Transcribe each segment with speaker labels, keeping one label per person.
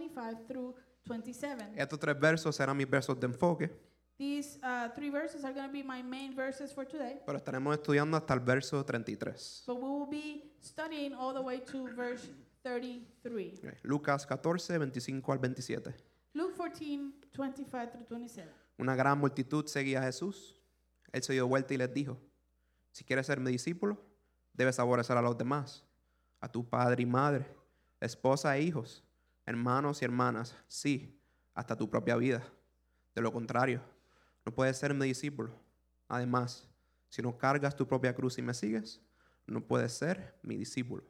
Speaker 1: 25 through 27.
Speaker 2: Estos tres versos serán mis versos de enfoque,
Speaker 1: These uh, three verses are going to be my main verses for today,
Speaker 2: pero estaremos estudiando hasta el verso 33.
Speaker 1: but we will be studying all the way to verse 33.
Speaker 2: Ok, Lucas 14, 25 al 27.
Speaker 1: Luke 14, 25 through 27.
Speaker 2: Una gran multitud seguía a Jesús. Él se dio vuelta y les dijo, si quieres ser mi discípulo, debes favorecer a los demás, a tu padre y madre, esposa e hijos, hermanos y hermanas, sí, hasta tu propia vida. De lo contrario, no puedes ser mi discípulo. Además, si no cargas tu propia cruz y me sigues, no puedes ser mi discípulo.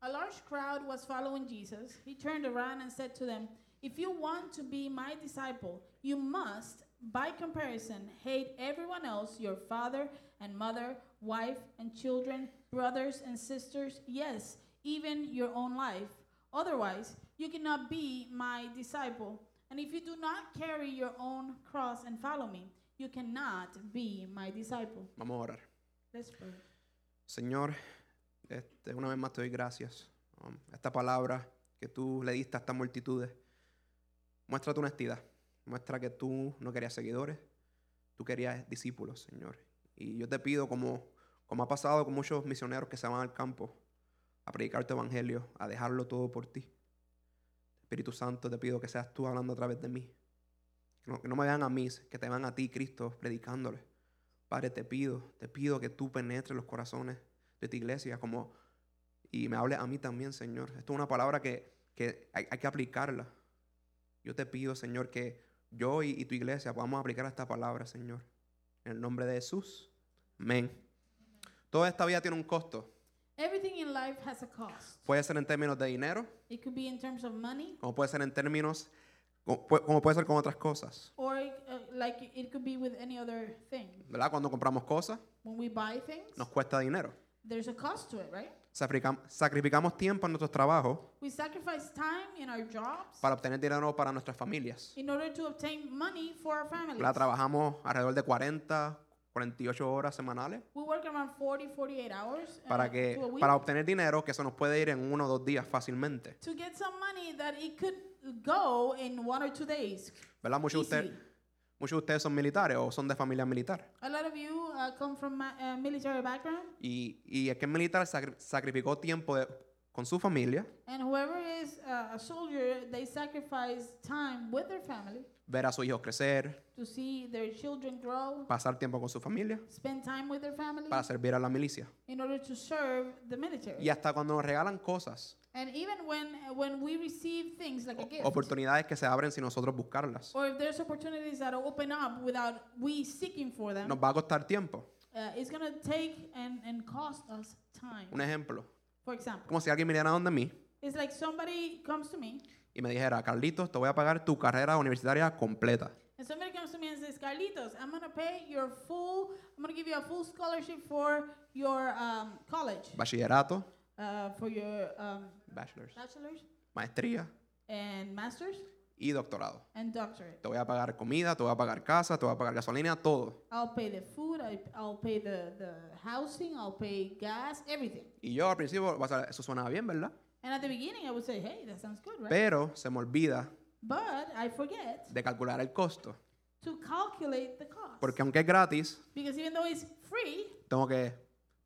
Speaker 1: A large crowd was following Jesus. He turned around and said to them, If you want to be my disciple, you must, by comparison, hate everyone else your father and mother, wife and children, brothers and sisters, yes, even your own life. Otherwise, you cannot be my disciple. And if you do not carry your own cross and follow me, you cannot be my disciple.
Speaker 2: Vamos a orar.
Speaker 1: Let's pray.
Speaker 2: Señor, este, una vez más te doy gracias. um, esta palabra que tú le diste a estas multitudes. Muestra tu honestidad. Muestra que tú no querías seguidores. Tú querías discípulos, Señor. Y yo te pido, como, como ha pasado con muchos misioneros que se van al campo a predicar tu evangelio, a dejarlo todo por ti. Espíritu Santo, te pido que seas tú hablando a través de mí. Que no, que no me vean a mí, que te vean a ti, Cristo, predicándole. Padre, te pido, te pido que tú penetres los corazones de tu iglesia como, y me hables a mí también, Señor. Esto es una palabra que, que hay, hay que aplicarla. Yo te pido, Señor, que yo y, y tu iglesia podamos aplicar esta palabra, Señor. En el nombre de Jesús. Amén. Toda esta vida tiene un costo.
Speaker 1: Everything in life has a cost.
Speaker 2: Puede ser en términos de dinero,
Speaker 1: It could be in terms of money,
Speaker 2: como puede ser en términos, como pue- como puede ser con otras cosas.
Speaker 1: or it, uh, like it could be with any other thing.
Speaker 2: ¿Verdad? Cuando compramos cosas,
Speaker 1: When we buy things,
Speaker 2: nos cuesta dinero.
Speaker 1: there's a cost to it, right?
Speaker 2: Sacrificam- Sacrificamos tiempo en nuestros trabajos
Speaker 1: We sacrifice time in our jobs
Speaker 2: para obtener dinero para nuestras familias.
Speaker 1: in order to obtain money for our families.
Speaker 2: La trabajamos alrededor de 40, 48 horas semanales
Speaker 1: We work around 40, 48 hours uh,
Speaker 2: para, que,
Speaker 1: to a week
Speaker 2: para obtener dinero que se nos puede ir en uno o dos días fácilmente.
Speaker 1: to get some money that it could go in one or two days.
Speaker 2: ¿Verdad? Muchos de,
Speaker 1: Easily.
Speaker 2: ustedes, muchos de ustedes son militares o son de familia militar.
Speaker 1: A lot of you uh, come from ma- uh, military background,
Speaker 2: Y, y aquel militar sacri- sacrificó tiempo de- con su familia,
Speaker 1: and whoever is uh, a soldier, they sacrifice time with their family
Speaker 2: ver a sus hijos crecer,
Speaker 1: to see their children grow,
Speaker 2: pasar tiempo con su familia,
Speaker 1: spend time with their family
Speaker 2: para servir a la milicia.
Speaker 1: in order to serve the military.
Speaker 2: Y hasta cuando nos regalan cosas,
Speaker 1: And even when when we receive things like a gift,
Speaker 2: oportunidades que se abren sin nosotros buscarlas,
Speaker 1: or if there's opportunities that open up without we seeking for them,
Speaker 2: nos va a costar tiempo.
Speaker 1: uh, it's gonna take and, and cost us time.
Speaker 2: Un ejemplo,
Speaker 1: For example,
Speaker 2: como si alguien viniera donde mí
Speaker 1: it's like somebody comes to me
Speaker 2: y me dijera, Carlitos, te voy a pagar tu carrera universitaria completa.
Speaker 1: and somebody comes to me and says, Carlitos, I'm gonna pay your full, I'm gonna give you a full scholarship for your um, college,
Speaker 2: Bachillerato,
Speaker 1: uh, for your um,
Speaker 2: bachelor's,
Speaker 1: bachelor's
Speaker 2: maestría
Speaker 1: and master's
Speaker 2: y doctorado.
Speaker 1: and doctorate.
Speaker 2: Te voy a pagar comida, te voy a pagar casa, te voy a pagar gasolina, todo.
Speaker 1: I'll pay the food, I, I'll pay the, the housing, I'll pay gas, everything.
Speaker 2: Y yo al principio, vas a- eso suena bien, ¿verdad?
Speaker 1: And at the beginning, I would say, hey, that sounds good, right?
Speaker 2: Pero se me olvida
Speaker 1: but I forget
Speaker 2: de calcular el costo.
Speaker 1: to calculate the cost.
Speaker 2: Porque aunque es gratis,
Speaker 1: because even though it's free,
Speaker 2: tengo que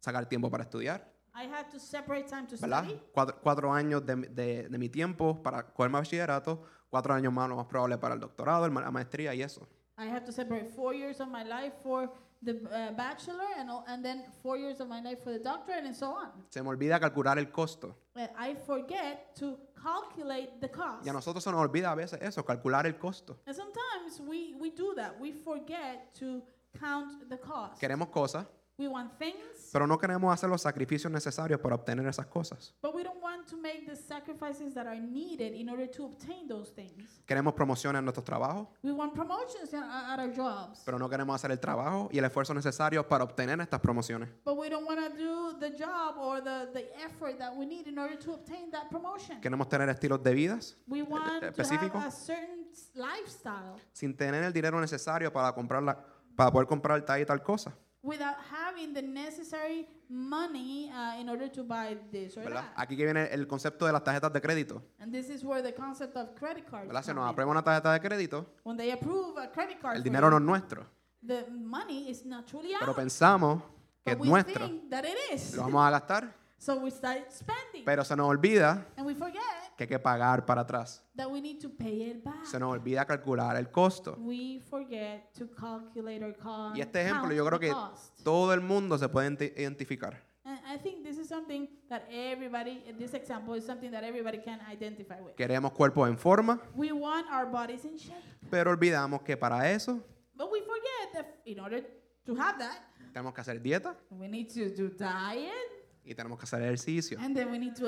Speaker 2: sacar tiempo para estudiar,
Speaker 1: I had to separate time to
Speaker 2: ¿verdad?
Speaker 1: study.
Speaker 2: Cuatro, cuatro años de, mi- de- de mi tiempo para cogerme bachillerato, cuatro años más lo más probable para el doctorado, el ma- la maestría y eso.
Speaker 1: I have to separate four years of my life for the uh, bachelor and, all- and then four years of my life for the doctorate and so on.
Speaker 2: Se me olvida calcular el costo.
Speaker 1: But I forget to calculate the cost.
Speaker 2: Y a nosotros se nos olvida a veces eso, calcular el costo.
Speaker 1: and sometimes we, we do that. We forget to count the cost.
Speaker 2: Queremos cosas,
Speaker 1: We want things,
Speaker 2: pero no queremos hacer los sacrificios necesarios para obtener esas cosas.
Speaker 1: but we don't want to make the sacrifices that are needed in order to obtain those things.
Speaker 2: Queremos promociones en nuestros trabajos,
Speaker 1: We want promotions at, at our jobs,
Speaker 2: pero no queremos hacer el trabajo y el esfuerzo necesario para obtener estas promociones.
Speaker 1: but we don't want to do the job or the, the effort that we need in order to obtain that promotion.
Speaker 2: Queremos tener estilos de vidas
Speaker 1: We want to have
Speaker 2: específico.
Speaker 1: a certain s- lifestyle.
Speaker 2: sin tener el dinero necesario para, comprar la- para poder comprar tal y tal cosa.
Speaker 1: without having the necessary money uh, in order to buy this or
Speaker 2: ¿verdad?
Speaker 1: that.
Speaker 2: Aquí que viene el concepto de las tarjetas de crédito.
Speaker 1: And this is where the concept of credit cards
Speaker 2: ¿verdad? Se
Speaker 1: come
Speaker 2: nos
Speaker 1: in.
Speaker 2: aprueba una tarjeta de crédito,
Speaker 1: When they approve a credit card,
Speaker 2: el
Speaker 1: for
Speaker 2: dinero no
Speaker 1: you,
Speaker 2: es nuestro,
Speaker 1: the money is not truly
Speaker 2: pero
Speaker 1: ours,
Speaker 2: pensamos que es
Speaker 1: but we
Speaker 2: nuestro.
Speaker 1: think that it is.
Speaker 2: Lo vamos a gastar,
Speaker 1: So we start spending,
Speaker 2: pero se nos olvida
Speaker 1: and we forget
Speaker 2: que hay que pagar para atrás.
Speaker 1: that we need to pay it back.
Speaker 2: Se nos olvida calcular el costo.
Speaker 1: we forget to calculate or con-
Speaker 2: Y este ejemplo
Speaker 1: count
Speaker 2: yo creo
Speaker 1: the
Speaker 2: que
Speaker 1: cost.
Speaker 2: todo el mundo se puede identi- identificar.
Speaker 1: And I think this is something that everybody, this example is something that everybody can identify with.
Speaker 2: Queremos cuerpos en forma,
Speaker 1: We want our bodies in shape,
Speaker 2: pero olvidamos que para eso
Speaker 1: but we forget that in order to have that,
Speaker 2: tenemos que hacer dieta
Speaker 1: we need to do diet
Speaker 2: y tenemos que hacer ejercicio.
Speaker 1: and then we need to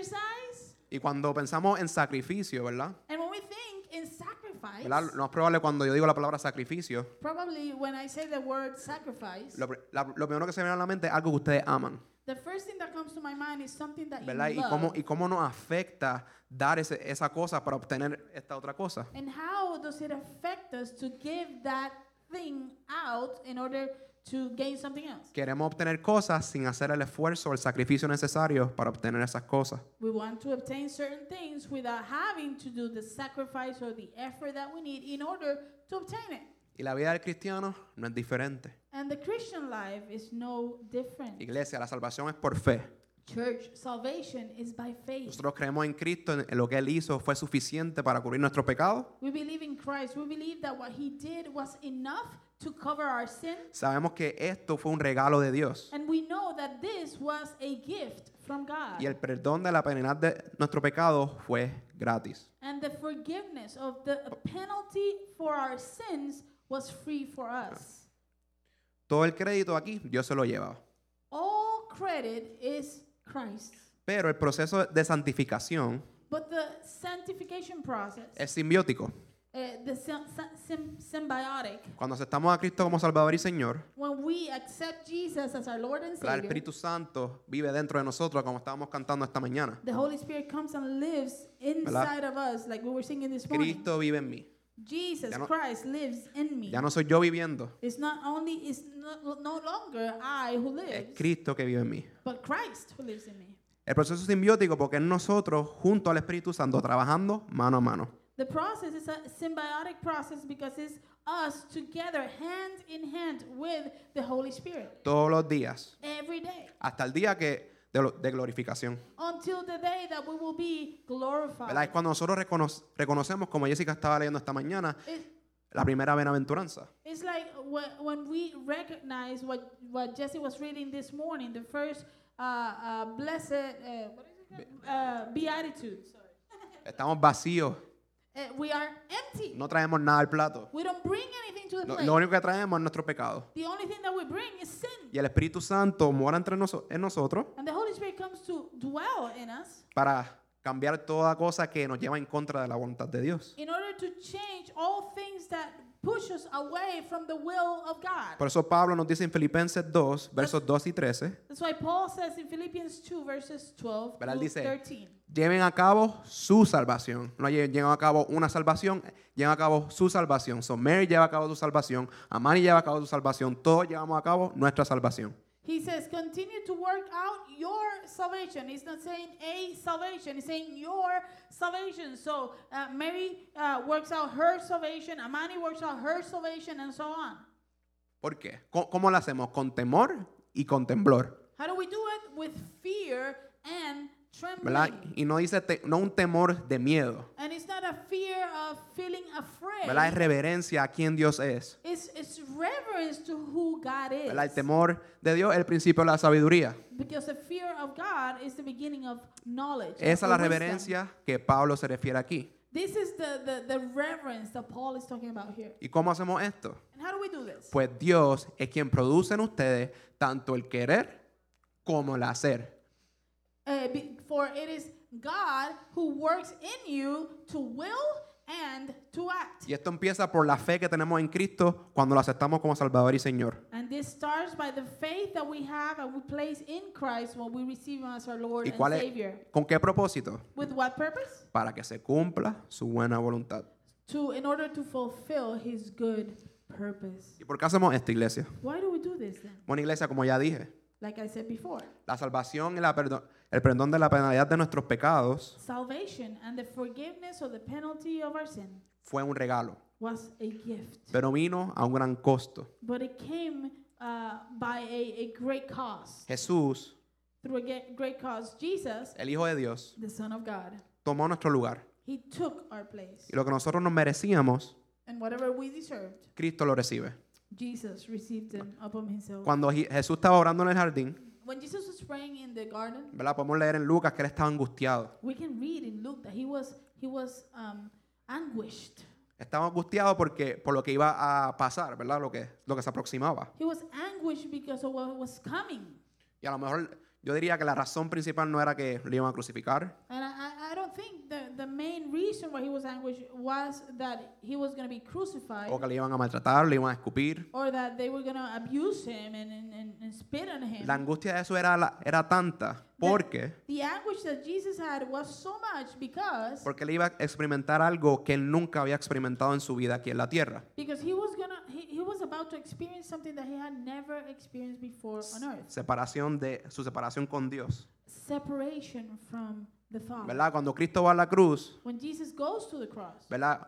Speaker 1: exercise.
Speaker 2: Y cuando pensamos en sacrificio, ¿verdad?
Speaker 1: And when we think in sacrifice,
Speaker 2: ¿Verdad? Lo más probable cuando yo digo la palabra sacrificio,
Speaker 1: probably when I say the word sacrifice,
Speaker 2: lo, pr- la- lo primero que se me viene a la mente es algo que ustedes aman,
Speaker 1: the first thing that comes to my mind is something that
Speaker 2: ¿verdad?
Speaker 1: you
Speaker 2: Y
Speaker 1: love
Speaker 2: cómo, y cómo nos afecta dar ese- esa cosa para obtener esta otra cosa.
Speaker 1: and how does it affect us to give that thing out in order to gain something else?
Speaker 2: Queremos obtener cosas sin hacer el esfuerzo o el sacrificio necesario para obtener esas cosas.
Speaker 1: We want to obtain certain things without having to do the sacrifice or the effort that we need in order to obtain it.
Speaker 2: Y la vida del cristiano no es diferente.
Speaker 1: And the Christian life is no different.
Speaker 2: Iglesia, la salvación es por fe.
Speaker 1: Church salvation is by faith.
Speaker 2: Nosotros creemos en Cristo, en en lo que Él hizo fue suficiente para cubrir nuestro pecado.
Speaker 1: We believe in Christ. We believe that what he did was enough to cover our sin.
Speaker 2: Sabemos que esto fue un regalo de Dios.
Speaker 1: And we know that this was a gift from God.
Speaker 2: Y el perdón de la penalidad de nuestro pecado fue gratis.
Speaker 1: And the forgiveness of the penalty for our sins was free for us.
Speaker 2: Todo el crédito aquí Dios se lo llevaba.
Speaker 1: All credit is Christ.
Speaker 2: Pero el proceso de santificación
Speaker 1: But the sanctification process,
Speaker 2: es simbiótico.
Speaker 1: uh, the sym- sym- symbiotic,
Speaker 2: Cuando aceptamos a Cristo como Salvador y Señor,
Speaker 1: when we accept Jesus as our Lord and
Speaker 2: el
Speaker 1: Savior,
Speaker 2: Espíritu Santo vive dentro de nosotros, como estábamos cantando esta mañana.
Speaker 1: the Holy Spirit comes and lives inside of us, like we were singing this morning.
Speaker 2: Cristo vive en mí.
Speaker 1: Jesus
Speaker 2: Ya no-
Speaker 1: Christ lives in me.
Speaker 2: Ya no soy yo viviendo,
Speaker 1: It's not only it's no, no longer I who
Speaker 2: es
Speaker 1: lives,
Speaker 2: Cristo que vive en mí.
Speaker 1: but Christ who lives in me.
Speaker 2: El proceso simbiótico porque es nosotros junto al Espíritu Santo trabajando mano a mano.
Speaker 1: The process is a symbiotic process because it's us together, hand in hand with the Holy Spirit,
Speaker 2: Todos los días,
Speaker 1: every day.
Speaker 2: hasta el día que de, lo- de glorificación.
Speaker 1: until the day that we will be
Speaker 2: ¿verdad?
Speaker 1: glorified.
Speaker 2: Es cuando nosotros recono- reconocemos, como Jessica estaba leyendo esta mañana,
Speaker 1: It-
Speaker 2: la primera bienaventuranza.
Speaker 1: it's like whe- when we recognize what, what Jesse was reading this morning, the first uh, uh, blessed, uh, what is it called? Uh, beatitude. Sorry.
Speaker 2: Estamos vacíos,
Speaker 1: Uh, we are empty.
Speaker 2: no traemos nada al plato.
Speaker 1: We don't bring anything to the
Speaker 2: Lo,
Speaker 1: plate.
Speaker 2: lo único que traemos es nuestro pecado.
Speaker 1: the only thing that we bring is sin.
Speaker 2: Y el Espíritu Santo mora entre noso- en nosotros
Speaker 1: And the Holy Spirit comes to dwell in us
Speaker 2: para cambiar toda cosa que nos lleva en contra de la voluntad de Dios.
Speaker 1: in order to change all things that push us away from the will of God.
Speaker 2: Por eso Pablo nos dice en Filipenses 2, versos 2 y 13,
Speaker 1: That's why Paul says in Philippians 2, verses 12
Speaker 2: Pero él
Speaker 1: to
Speaker 2: dice,
Speaker 1: 13.
Speaker 2: lleven a cabo su salvación. No lle- llevan a cabo una salvación, llevan a cabo su salvación. So Mary lleva a cabo su salvación, Amani lleva a cabo su salvación, todos llevamos a cabo nuestra salvación.
Speaker 1: He says, continue to work out your salvation. He's not saying a salvation, he's saying your salvation. So uh, Mary uh, works out her salvation, Amani works out her salvation, and so on.
Speaker 2: ¿Por qué? ¿Cómo, cómo lo hacemos? Con temor y con temblor,
Speaker 1: How do we do it? With fear and trembling.
Speaker 2: ¿verdad? Y no dice te- no un temor de miedo,
Speaker 1: And it's not a fear of feeling afraid.
Speaker 2: ¿verdad? Es reverencia a quien Dios es.
Speaker 1: It's, it's reverence to who God is.
Speaker 2: ¿verdad? El temor de Dios es el principio de la sabiduría.
Speaker 1: Because the fear of God is the beginning of knowledge.
Speaker 2: Esa es
Speaker 1: of
Speaker 2: la
Speaker 1: wisdom.
Speaker 2: reverencia que Pablo se refiere aquí.
Speaker 1: This is the, the, the reverence that Paul is talking about here.
Speaker 2: ¿Y cómo hacemos esto?
Speaker 1: And how do we do this?
Speaker 2: Pues Dios es quien produce en ustedes tanto el querer como el hacer.
Speaker 1: Uh, be- for it is God who works in you to will and to act.
Speaker 2: Y esto empieza por la fe que tenemos en Cristo cuando lo aceptamos como Salvador y Señor.
Speaker 1: And this starts by the faith that we have and we place in Christ when we receive Him as our Lord
Speaker 2: ¿Y
Speaker 1: and
Speaker 2: cuál es-
Speaker 1: Savior.
Speaker 2: ¿Con qué propósito?
Speaker 1: With what purpose?
Speaker 2: Para que se cumpla su buena voluntad.
Speaker 1: To in order to fulfill His good purpose.
Speaker 2: ¿Y por qué hacemos esta iglesia?
Speaker 1: Why do we do this then?
Speaker 2: Bueno, iglesia, como ya dije,
Speaker 1: Like I said before,
Speaker 2: la salvación y la perdo- el perdón de la penalidad de nuestros pecados
Speaker 1: salvation and the forgiveness or the penalty of our sin
Speaker 2: fue un regalo,
Speaker 1: was a gift,
Speaker 2: pero vino a un gran costo.
Speaker 1: but it came uh, by a, a great cost.
Speaker 2: Jesús,
Speaker 1: Through a ge- great cost, Jesus,
Speaker 2: el Hijo de Dios,
Speaker 1: the Son of God,
Speaker 2: tomó nuestro lugar.
Speaker 1: he took our place.
Speaker 2: Y lo que nosotros nos merecíamos,
Speaker 1: And whatever we deserved,
Speaker 2: Cristo lo recibe.
Speaker 1: Jesus received them upon himself.
Speaker 2: Cuando Je- Jesús estaba orando en el jardín,
Speaker 1: When Jesus was praying in the garden,
Speaker 2: ¿verdad? Podemos leer en Lucas que él estaba angustiado.
Speaker 1: we can read in Luke that he was he was um, anguished.
Speaker 2: Estaba angustiado porque, por lo que iba a pasar, ¿verdad? Lo que, lo que se aproximaba.
Speaker 1: He was anguished because of what was coming.
Speaker 2: Y a lo mejor yo diría que la razón principal no era que le iban a crucificar,
Speaker 1: And I, I- I don't think the, the main reason why he was anguished was that he was going to be crucified
Speaker 2: o que le iban a maltratar, le iban a escupir.
Speaker 1: or that they were going to abuse him and, and, and, and spit on him.
Speaker 2: La angustia de eso era, la- era tanta porque,
Speaker 1: the anguish that Jesus had was so much because
Speaker 2: porque él iba a experimentar algo que él nunca había experimentado en su vida aquí en la tierra.
Speaker 1: because he was gonna he, he was about to experience something that he had never experienced before on earth
Speaker 2: Separación de su separación con Dios.
Speaker 1: separation from the father
Speaker 2: ¿Verdad? Cuando Cristo va a la cruz,
Speaker 1: when jesus goes to the cross
Speaker 2: ¿verdad?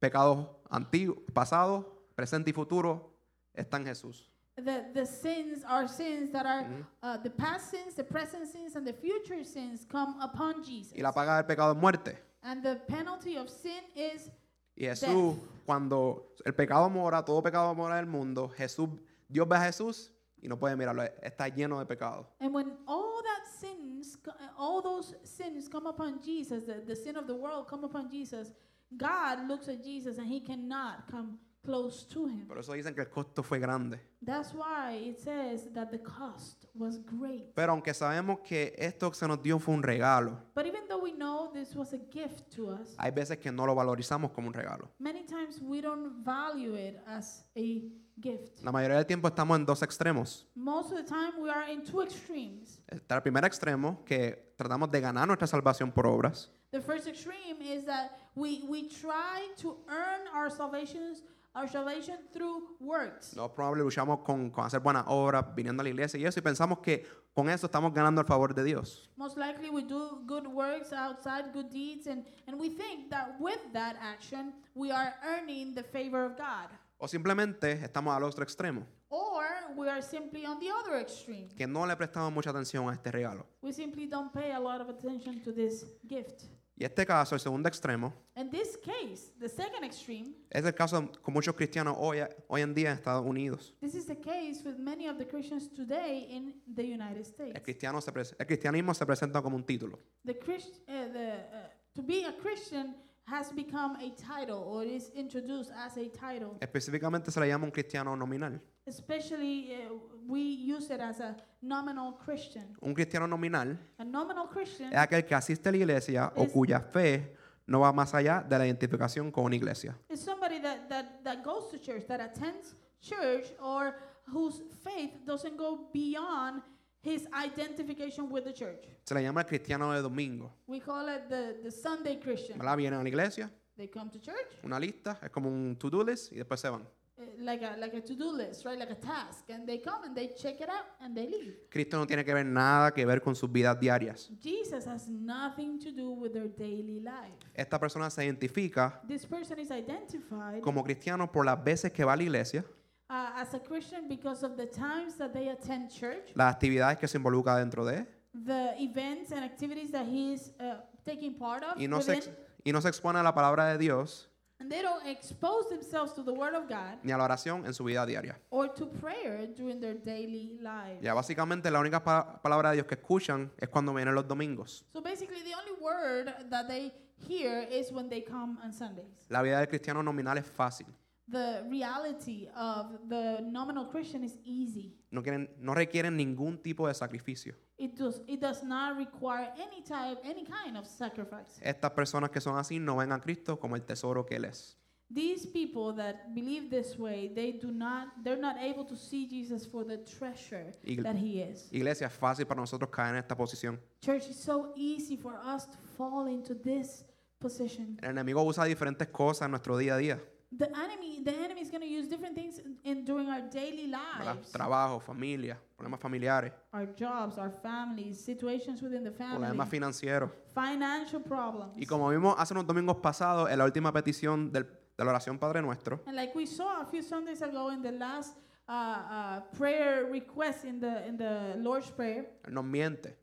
Speaker 2: Pecados antiguos, pasados, presente y futuro están en Jesús.
Speaker 1: the, the sins are sins that are
Speaker 2: Mm-hmm.
Speaker 1: uh, the past sins, the present sins, and the future sins come upon Jesus.
Speaker 2: Y la paga del pecado es muerte.
Speaker 1: and the penalty of sin is
Speaker 2: Y Jesús, cuando el pecado mora, todo pecado mora del mundo, Jesús, Dios ve a Jesús y no puede mirarlo, está lleno de pecado.
Speaker 1: and when all that sins co- uh, all those sins come upon Jesus, the, the sin of the world come upon Jesus, God looks at Jesus and he cannot come close to him.
Speaker 2: Por eso dicen que el costo fue grande.
Speaker 1: That's why it says that the cost was great.
Speaker 2: Pero aunque sabemos que esto que se nos dio fue un regalo,
Speaker 1: But even though we know this was a gift to us,
Speaker 2: hay veces que no lo valorizamos como un regalo.
Speaker 1: many times we don't value it as a gift.
Speaker 2: La mayoría del tiempo estamos en dos extremos.
Speaker 1: Most of the time, we are in two extremes.
Speaker 2: Está el primer extremo, que tratamos de ganar nuestra salvación por obras.
Speaker 1: The first extreme is that we we try to earn our salvations, our salvation through works.
Speaker 2: No, probablemente luchamos con, con hacer buenas obras, viniendo a la iglesia y eso, y pensamos que con eso estamos ganando el favor de Dios.
Speaker 1: Most likely, we do good works outside, good deeds, and and we think that with that action, we are earning the favor of God.
Speaker 2: O simplemente estamos al otro extremo,
Speaker 1: Or we are simply on the other extreme.
Speaker 2: que no le prestamos mucha atención a este regalo.
Speaker 1: We simply don't pay a lot of attention to this gift.
Speaker 2: Y este caso, el segundo extremo,
Speaker 1: In this case, the second extreme,
Speaker 2: es el caso con muchos cristianos hoy, hoy en día en Estados Unidos.
Speaker 1: this is the case with many of the Christians today in the United States.
Speaker 2: El, cristiano se pres- el cristianismo se presenta como un título.
Speaker 1: The Christ, uh, the uh, to be a Christian has become a title, or is introduced as a title.
Speaker 2: Específicamente se le llama un cristiano nominal.
Speaker 1: Especially, uh, we use it as a nominal Christian.
Speaker 2: Un cristiano nominal
Speaker 1: A nominal Christian
Speaker 2: es aquel que asiste a la iglesia o
Speaker 1: Es-
Speaker 2: cuya fe no va más allá de la identificación con una iglesia.
Speaker 1: is somebody that, that that goes to church, that attends church, or whose faith doesn't go beyond his identification with the church.
Speaker 2: Se le llama el cristiano de domingo.
Speaker 1: We call it the the Sunday Christian.
Speaker 2: ¿Verdad? Vienen a la iglesia,
Speaker 1: They come to church
Speaker 2: una lista, es como un to-do list y después se van.
Speaker 1: uh, like a like a to do list, right? Like a task, and they come and they check it out and they leave.
Speaker 2: Cristo no tiene que ver nada que ver con sus vidas diarias.
Speaker 1: Jesus has nothing to do with their daily life.
Speaker 2: Esta persona se identifica
Speaker 1: This person is identified
Speaker 2: como cristiano por las veces que va a la iglesia,
Speaker 1: uh, as a Christian because of the times that they attend church,
Speaker 2: las actividades que se involucra dentro de,
Speaker 1: the events and activities that he is uh, taking part of,
Speaker 2: y no, se,
Speaker 1: within,
Speaker 2: ex- y no se expone a la palabra de Dios
Speaker 1: and they don't expose themselves to the Word of God
Speaker 2: ni a la oración en su vida diaria.
Speaker 1: or to prayer during their daily life.
Speaker 2: Ya básicamente la única pa- palabra de Dios que escuchan es cuando vienen los domingos.
Speaker 1: So basically, the only word that they hear is when they come on Sundays.
Speaker 2: La vida del cristiano nominal es fácil.
Speaker 1: The reality of the nominal Christian is easy.
Speaker 2: No, quieren, no requieren ningún tipo de sacrificio.
Speaker 1: It does, it does not require any type, any kind of sacrifice.
Speaker 2: Estas personas que son así no ven a Cristo como el tesoro que Él es.
Speaker 1: These people that believe this way, they do not, they're not able to see Jesus for the treasure
Speaker 2: Igle-
Speaker 1: that he is.
Speaker 2: Iglesia, es fácil para nosotros caer en esta posición.
Speaker 1: Church, it's so easy for us to fall into this position.
Speaker 2: El enemigo usa diferentes cosas en nuestro día a día.
Speaker 1: The enemy, the enemy is going to use different things in, in during our daily
Speaker 2: ¿verdad?
Speaker 1: lives,
Speaker 2: Trabajo, familia, problemas familiares,
Speaker 1: our jobs, our families, situations within the
Speaker 2: problemas
Speaker 1: family,
Speaker 2: financieros.
Speaker 1: financial problems.
Speaker 2: Y como vimos hace unos domingos pasados en la última petición del- de la oración Padre Nuestro,
Speaker 1: And like we saw a few Sundays ago in the last uh, uh, prayer request in the in the Lord's prayer,
Speaker 2: Él nos miente.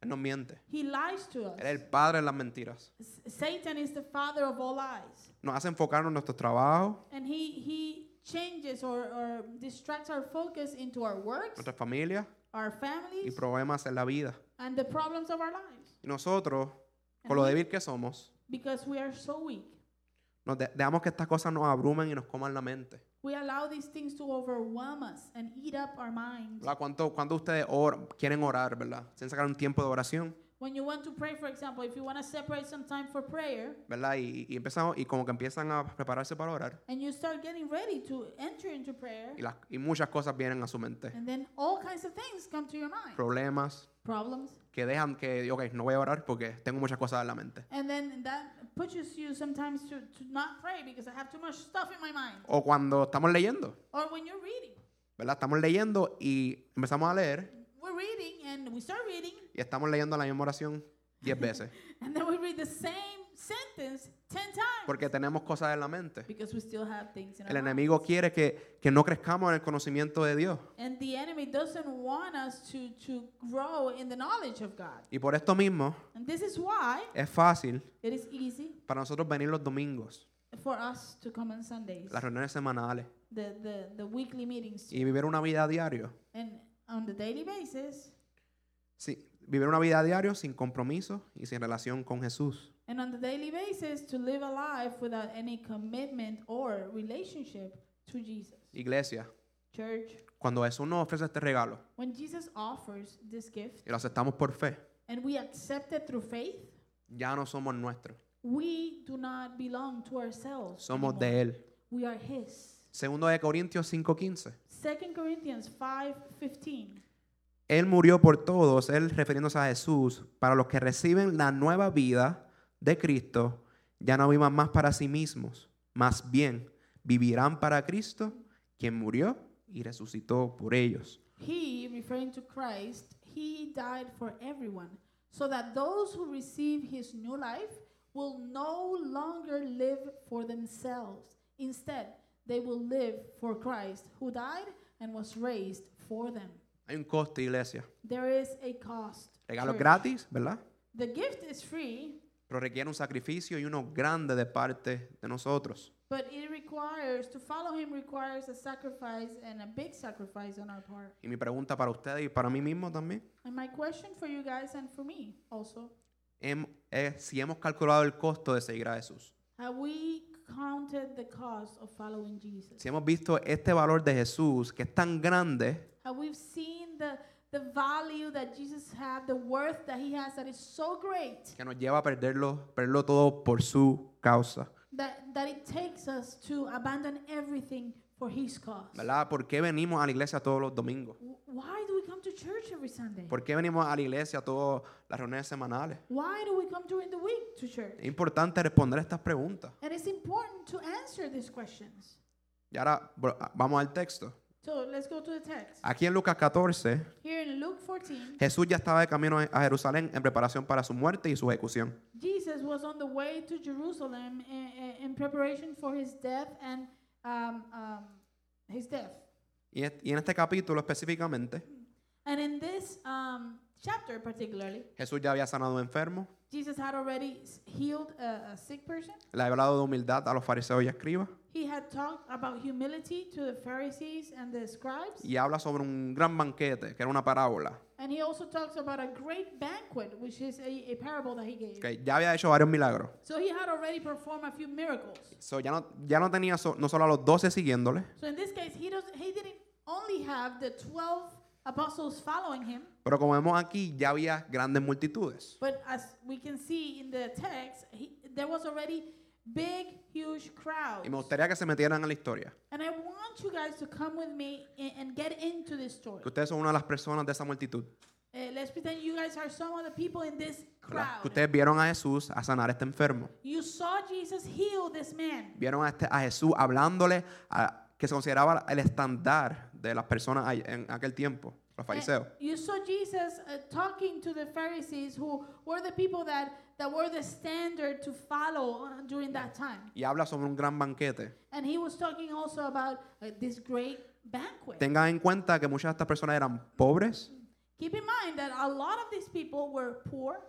Speaker 2: Él nos miente.
Speaker 1: he lies to us.
Speaker 2: Él es el padre de las mentiras.
Speaker 1: S- Satan is the father of all lies,
Speaker 2: Nos hace enfocarnos en nuestros trabajos,
Speaker 1: and he he changes or, or distracts our focus into our works,
Speaker 2: nuestras familias
Speaker 1: our
Speaker 2: y
Speaker 1: families,
Speaker 2: problemas en la vida.
Speaker 1: and the problems of our lives.
Speaker 2: Y nosotros,
Speaker 1: And
Speaker 2: con lo
Speaker 1: we-
Speaker 2: débil que somos,
Speaker 1: because we are so weak,
Speaker 2: nos de- dejamos que estas cosas nos abrumen y nos coman la mente.
Speaker 1: we allow these things to overwhelm us and eat up our minds.
Speaker 2: ¿Verdad? ¿Cuánto, cuánto ustedes or- quieren orar, verdad? Sin sacar un tiempo de oración,
Speaker 1: When you want to pray, for example, if you want to separate some time for prayer,
Speaker 2: ¿verdad? Y, y empezamos, y como que empiezan a prepararse para orar.
Speaker 1: and you start getting ready to enter into prayer,
Speaker 2: Y, las, y muchas cosas vienen a su mente.
Speaker 1: and then all kinds of things come to your mind,
Speaker 2: Problemas
Speaker 1: problems,
Speaker 2: que dejan que, ok, no voy a orar porque tengo muchas cosas en la mente.
Speaker 1: and then that pushes you sometimes to, to not pray because I have too much stuff in my mind.
Speaker 2: O cuando estamos leyendo,
Speaker 1: Or when you're reading,
Speaker 2: ¿verdad? Estamos leyendo y empezamos a leer
Speaker 1: we're reading and we start reading,
Speaker 2: y estamos leyendo la misma oración 10 veces.
Speaker 1: and then we read the same sentence ten times
Speaker 2: Porque tenemos cosas en la mente.
Speaker 1: because we still have things in
Speaker 2: El
Speaker 1: our mind.
Speaker 2: enemigo quiere que, que no crezcamos en el conocimiento de Dios.
Speaker 1: And the enemy doesn't want us to, to grow in the knowledge of God.
Speaker 2: Y por esto mismo
Speaker 1: And this is why
Speaker 2: es fácil
Speaker 1: it is easy
Speaker 2: para nosotros venir los domingos,
Speaker 1: for us to come on Sundays,
Speaker 2: las reuniones semanales,
Speaker 1: the, the, the weekly meetings,
Speaker 2: y vivir una vida diaria.
Speaker 1: and on the daily basis,
Speaker 2: Sí, vivir una vida diaria sin compromiso y sin relación con Jesús.
Speaker 1: and on the daily basis to live a life without any commitment or relationship to Jesus.
Speaker 2: Iglesia,
Speaker 1: Church,
Speaker 2: cuando Jesús nos ofrece este regalo
Speaker 1: when Jesus offers this gift
Speaker 2: y lo aceptamos por fe,
Speaker 1: and we accept it through faith,
Speaker 2: ya no somos nuestros,
Speaker 1: we do not belong to ourselves.
Speaker 2: somos
Speaker 1: anymore.
Speaker 2: de Él.
Speaker 1: We are His.
Speaker 2: Segundo de Corintios 5:15.
Speaker 1: 2 Corinthians 5:15.
Speaker 2: Él murió por todos, él refiriéndose a Jesús, para los que reciben la nueva vida de Cristo, ya no vivan más para sí mismos, más bien vivirán para Cristo, quien murió y resucitó por ellos.
Speaker 1: He, referring to Christ, he died for everyone, so that those who receive his new life will no longer live for themselves. Instead, they will live for Christ, who died and was raised for them.
Speaker 2: Hay un coste, iglesia.
Speaker 1: There is a cost.
Speaker 2: Regalo
Speaker 1: church.
Speaker 2: gratis, ¿verdad?
Speaker 1: The gift is free,
Speaker 2: Pero requiere un sacrificio y uno grande de parte de nosotros.
Speaker 1: but it requires to follow him requires a sacrifice and a big sacrifice on our part.
Speaker 2: Y mi pregunta para ustedes y para mí mismo también
Speaker 1: And my question for you guys and for me also
Speaker 2: em- es si hemos calculado el costo de seguir a Jesús.
Speaker 1: Have we counted the cost of following Jesus?
Speaker 2: Si hemos visto este valor de Jesús que es tan grande
Speaker 1: Have we seen the, the value that Jesus had, the worth that he has that is so great
Speaker 2: que nos lleva a perderlo, perderlo todo por su causa,
Speaker 1: that, that it takes us to abandon everything for his cause?
Speaker 2: ¿verdad? ¿Por qué venimos a la iglesia todos los domingos?
Speaker 1: Wh- Why do we come to church every Sunday?
Speaker 2: ¿Por qué venimos a la iglesia todas las reuniones semanales?
Speaker 1: Why do we come during the week to church?
Speaker 2: Es importante responder estas preguntas.
Speaker 1: And it's important to answer these questions.
Speaker 2: Y ahora bro, vamos al texto.
Speaker 1: So let's go to the text.
Speaker 2: Aquí en Lucas 14,
Speaker 1: Here in Luke 14,
Speaker 2: Jesús ya estaba de camino a Jerusalén en preparación para su muerte y su ejecución.
Speaker 1: Jesus was on the way to Jerusalem in, in preparation for his death and um, um, his death.
Speaker 2: Y, est- y en este capítulo específicamente,
Speaker 1: And in this um, chapter, particularly,
Speaker 2: Jesús ya había sanado enfermos,
Speaker 1: Jesus had already s- healed a, a sick person.
Speaker 2: le había hablado de humildad a los fariseos y escribas,
Speaker 1: He had talked about humility to the Pharisees and the scribes.
Speaker 2: y habla sobre un gran banquete, que era una parábola,
Speaker 1: And he also talks about a great banquet, which is a, a parable that he gave.
Speaker 2: que ya había hecho varios milagros.
Speaker 1: So he had already performed a few miracles.
Speaker 2: So, ya, no, ya no tenía so- no solo a los 12 siguiéndole,
Speaker 1: So in this case, he, doesn't, he didn't only have the 12 apostles following him.
Speaker 2: pero como vemos aquí, ya había grandes multitudes.
Speaker 1: But as we can see in the text, he, there was already big, huge crowd.
Speaker 2: Y me gustaría que se metieran a la historia.
Speaker 1: And I want you guys to come with me and, and get into this story.
Speaker 2: Que ustedes son una de las personas de esa multitud.
Speaker 1: Eh, eh, let's pretend you guys are some of the people in this
Speaker 2: ¿verdad? Que
Speaker 1: crowd.
Speaker 2: Ustedes vieron a Jesús a sanar a este enfermo.
Speaker 1: You saw Jesus heal this man.
Speaker 2: Vieron a, este- a Jesús hablándole a- que se consideraba el estándar de las personas ahí- en aquel tiempo, los
Speaker 1: And
Speaker 2: fariseos.
Speaker 1: Eh, You saw Jesus uh, talking to the Pharisees, who were the people that, that were the standard to follow uh, during that time.
Speaker 2: Y habla sobre un gran banquete.
Speaker 1: And he was talking also about uh, this great banquet.
Speaker 2: Tengan en cuenta que muchas de estas personas eran pobres,
Speaker 1: Keep in mind that a lot of these people were poor.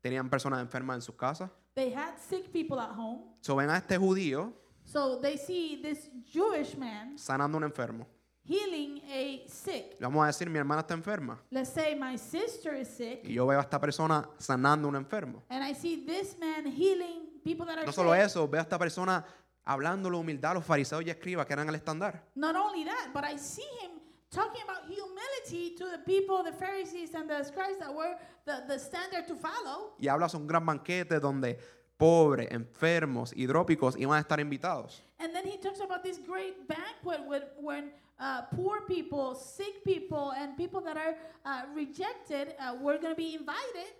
Speaker 2: tenían personas enfermas en sus casas.
Speaker 1: They had sick people at home.
Speaker 2: So ven a este judío
Speaker 1: So they see this Jewish man
Speaker 2: sanando a un enfermo.
Speaker 1: healing a sick.
Speaker 2: Le vamos a decir, mi hermana está enferma.
Speaker 1: Let's say my sister is sick,
Speaker 2: Y yo veo a esta persona sanando a un enfermo.
Speaker 1: and I see this man healing people that are
Speaker 2: No solo
Speaker 1: sick.
Speaker 2: eso, veo a esta persona hablándole humildad a los fariseos y escribas que eran el estándar.
Speaker 1: Not only that, but I see him talking about humility to the people, the Pharisees and the scribes that were the, the standard to follow.
Speaker 2: Y hablas un gran banquete donde pobres, enfermos, hidrópicos iban a estar invitados.
Speaker 1: And then he talks about this great banquet with, when uh, poor people, sick people, and people that are uh, rejected uh, were going to be invited.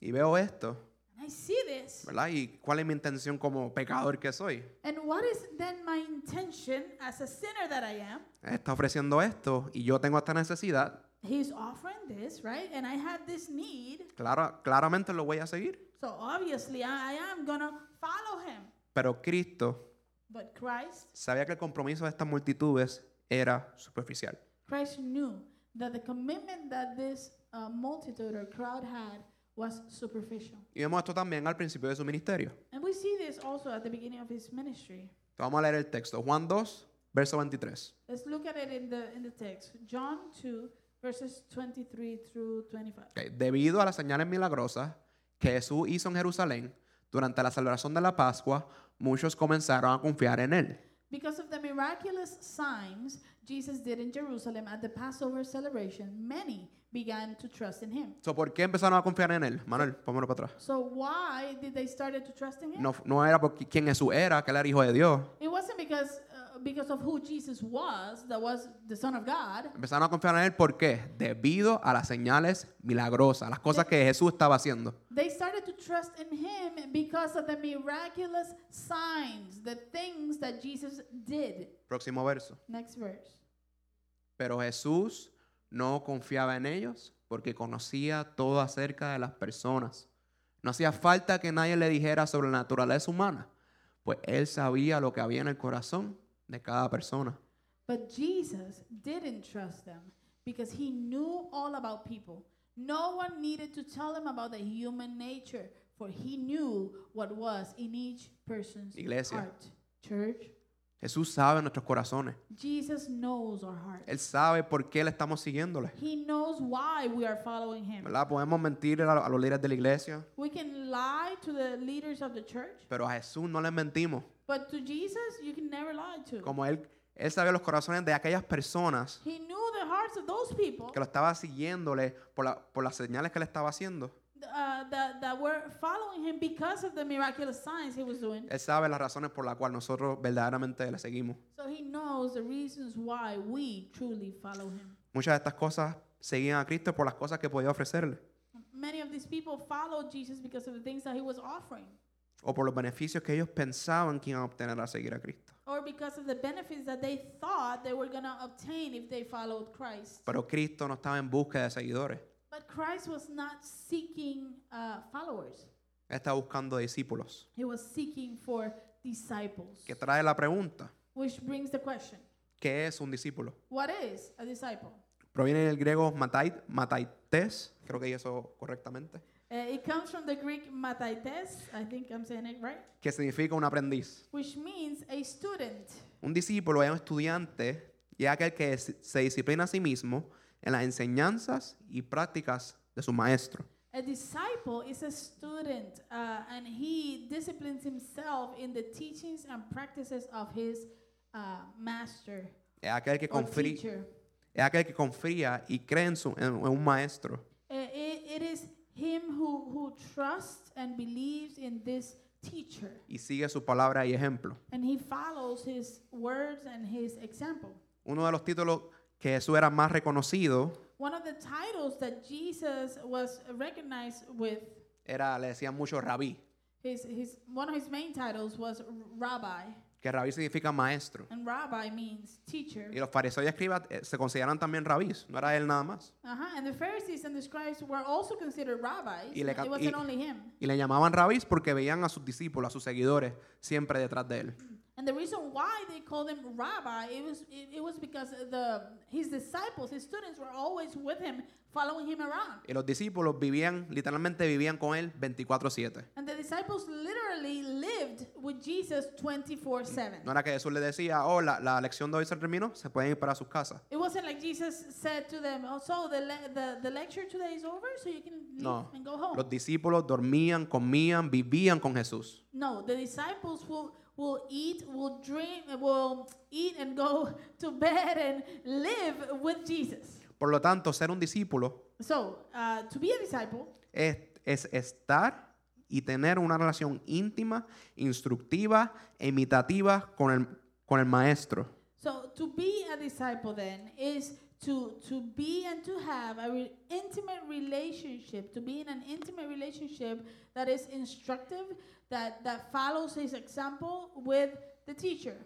Speaker 2: Y veo esto,
Speaker 1: And I see this.
Speaker 2: ¿verdad? ¿Y cuál es mi intención como pecador que soy?
Speaker 1: And what is then my intention as a sinner that I am?
Speaker 2: Está ofreciendo esto y yo tengo esta necesidad.
Speaker 1: He's offering this, right? And I have this need.
Speaker 2: Claro, claramente lo voy a seguir.
Speaker 1: So obviously, I, I am going to follow him.
Speaker 2: Pero Cristo
Speaker 1: But Christ
Speaker 2: sabía que el compromiso de estas multitudes era superficial.
Speaker 1: Christ knew that the commitment that this uh, multitude or crowd had was superficial.
Speaker 2: Y vemos esto también al principio de su ministerio.
Speaker 1: And we see this also at the beginning of his ministry.
Speaker 2: Entonces, Vamos a leer el texto. Juan 2, verso 23.
Speaker 1: Let's look at it in the in the text. John 2 verses 23 through 25.
Speaker 2: Ok, Debido a las señales milagrosas que Jesús hizo en Jerusalén durante la celebración de la Pascua, muchos comenzaron a confiar en él.
Speaker 1: Because of the miraculous signs Jesus did in Jerusalem at the Passover celebration, many began to trust in him.
Speaker 2: So, ¿Por qué empezaron a confiar en él? Manuel, póngalo para atrás.
Speaker 1: So why did they started to trust in him?
Speaker 2: No, no era por qui- quién Jesús era, que él era hijo de Dios.
Speaker 1: It wasn't because uh, because of who Jesus was, that was the son of God.
Speaker 2: Empezaron a confiar en él, ¿por qué? Debido a las señales milagrosas, las cosas que Jesús estaba haciendo.
Speaker 1: They started to trust in him because of the miraculous signs, the things that Jesus did.
Speaker 2: Próximo verso.
Speaker 1: Next verse.
Speaker 2: Pero Jesús no confiaba en ellos porque conocía todo acerca de las personas. No hacía falta que nadie le dijera sobre la naturaleza humana, pues él sabía lo que había en el corazón de cada persona.
Speaker 1: But Jesus didn't trust them because he knew all about people. No one needed to tell him about the human nature, for he knew what was in each person's
Speaker 2: Iglesia.
Speaker 1: heart. Church,
Speaker 2: Jesús sabe nuestros corazones.
Speaker 1: Jesus knows our heart.
Speaker 2: Él sabe por qué le estamos siguiéndole.
Speaker 1: He knows why we are following him.
Speaker 2: ¿verdad? Podemos mentir a a los líderes de la iglesia,
Speaker 1: We can lie to the leaders of the church,
Speaker 2: pero a Jesús no le mentimos.
Speaker 1: but to Jesus, you can never lie to.
Speaker 2: Como él, él sabía los corazones de aquellas personas
Speaker 1: He knew the hearts of those people
Speaker 2: que lo estaba siguiéndole por, la- por las señales que le estaba haciendo.
Speaker 1: uh, that, that were following him because of the miraculous signs he was doing.
Speaker 2: Él sabe las razones por las cuales nosotros verdaderamente le seguimos.
Speaker 1: So he knows the reasons why we truly follow him.
Speaker 2: Muchas de estas cosas seguían a Cristo por las cosas que podía ofrecerle
Speaker 1: Many of these people followed Jesus because of the things that he was offering
Speaker 2: o por los beneficios que ellos pensaban que iban a obtener al seguir a Cristo.
Speaker 1: or because of the benefits that they thought they were going to obtain if they followed Christ.
Speaker 2: Pero Cristo no estaba en búsqueda de seguidores,
Speaker 1: But Christ was not seeking uh, followers,
Speaker 2: Él estaba buscando discípulos.
Speaker 1: he was seeking for disciples.
Speaker 2: Que trae la pregunta,
Speaker 1: Which brings the question
Speaker 2: ¿qué es un discípulo?
Speaker 1: what is a disciple?
Speaker 2: Proviene del griego matai, mataites, creo que dije eso correctamente,
Speaker 1: Uh, it comes from the Greek mataites, I think I'm saying it right,
Speaker 2: que significa un aprendiz.
Speaker 1: which means a student.
Speaker 2: Un discípulo es un estudiante y es aquel que se se disciplina a sí mismo en las enseñanzas y prácticas de su maestro.
Speaker 1: A disciple is a student, uh, and he disciplines himself in the teachings and practices of his uh, master
Speaker 2: Es aquel que,
Speaker 1: or
Speaker 2: confri-
Speaker 1: teacher.
Speaker 2: es aquel que confía y cree en, su- en- en un maestro.
Speaker 1: Uh, it- it is him who, who trusts and believes in this teacher,
Speaker 2: y sigue su palabra y ejemplo.
Speaker 1: and he follows his words and his example.
Speaker 2: Uno de los títulos que Jesús era más reconocido
Speaker 1: One of the titles that Jesus was recognized with,
Speaker 2: Era, le decían mucho rabí,
Speaker 1: his, his, one of his main titles was rabbi.
Speaker 2: que rabí significa maestro.
Speaker 1: And rabbi means teacher.
Speaker 2: Y los fariseos y escribas eh, se consideran también rabís, no era él nada más.
Speaker 1: Uh-huh. And the Pharisees and the scribes were also considered rabbis.
Speaker 2: Y le
Speaker 1: it
Speaker 2: cap-
Speaker 1: wasn't
Speaker 2: y-
Speaker 1: only him.
Speaker 2: Y le llamaban rabís porque veían a sus discípulos, a sus seguidores, siempre detrás de él.
Speaker 1: And the reason why they called him rabbi, it was it, it was because the his disciples, his students were always with him, following him around.
Speaker 2: Y los discípulos vivían, literalmente vivían con él 24/7.
Speaker 1: And the disciples literally lived with Jesus 24/7.
Speaker 2: No era que Jesús le decía, oh, la, la lección de hoy se terminó, se pueden ir para sus casas.
Speaker 1: It wasn't like Jesus said to them, "Oh, so the le- the, the lecture today is over, so you can leave
Speaker 2: No.
Speaker 1: and go home."
Speaker 2: Los discípulos dormían, comían, vivían con Jesús.
Speaker 1: No, the disciples will will eat, will drink, will eat and go to bed and live with Jesus.
Speaker 2: Por lo tanto, ser un discípulo
Speaker 1: So, uh, to be a disciple
Speaker 2: es, es estar y tener una relación íntima, instructiva e imitativa con el, con el maestro.
Speaker 1: So to be a disciple then is to to be and to have a re- intimate relationship, to be in an intimate relationship that is instructive, that that follows his example with the teacher.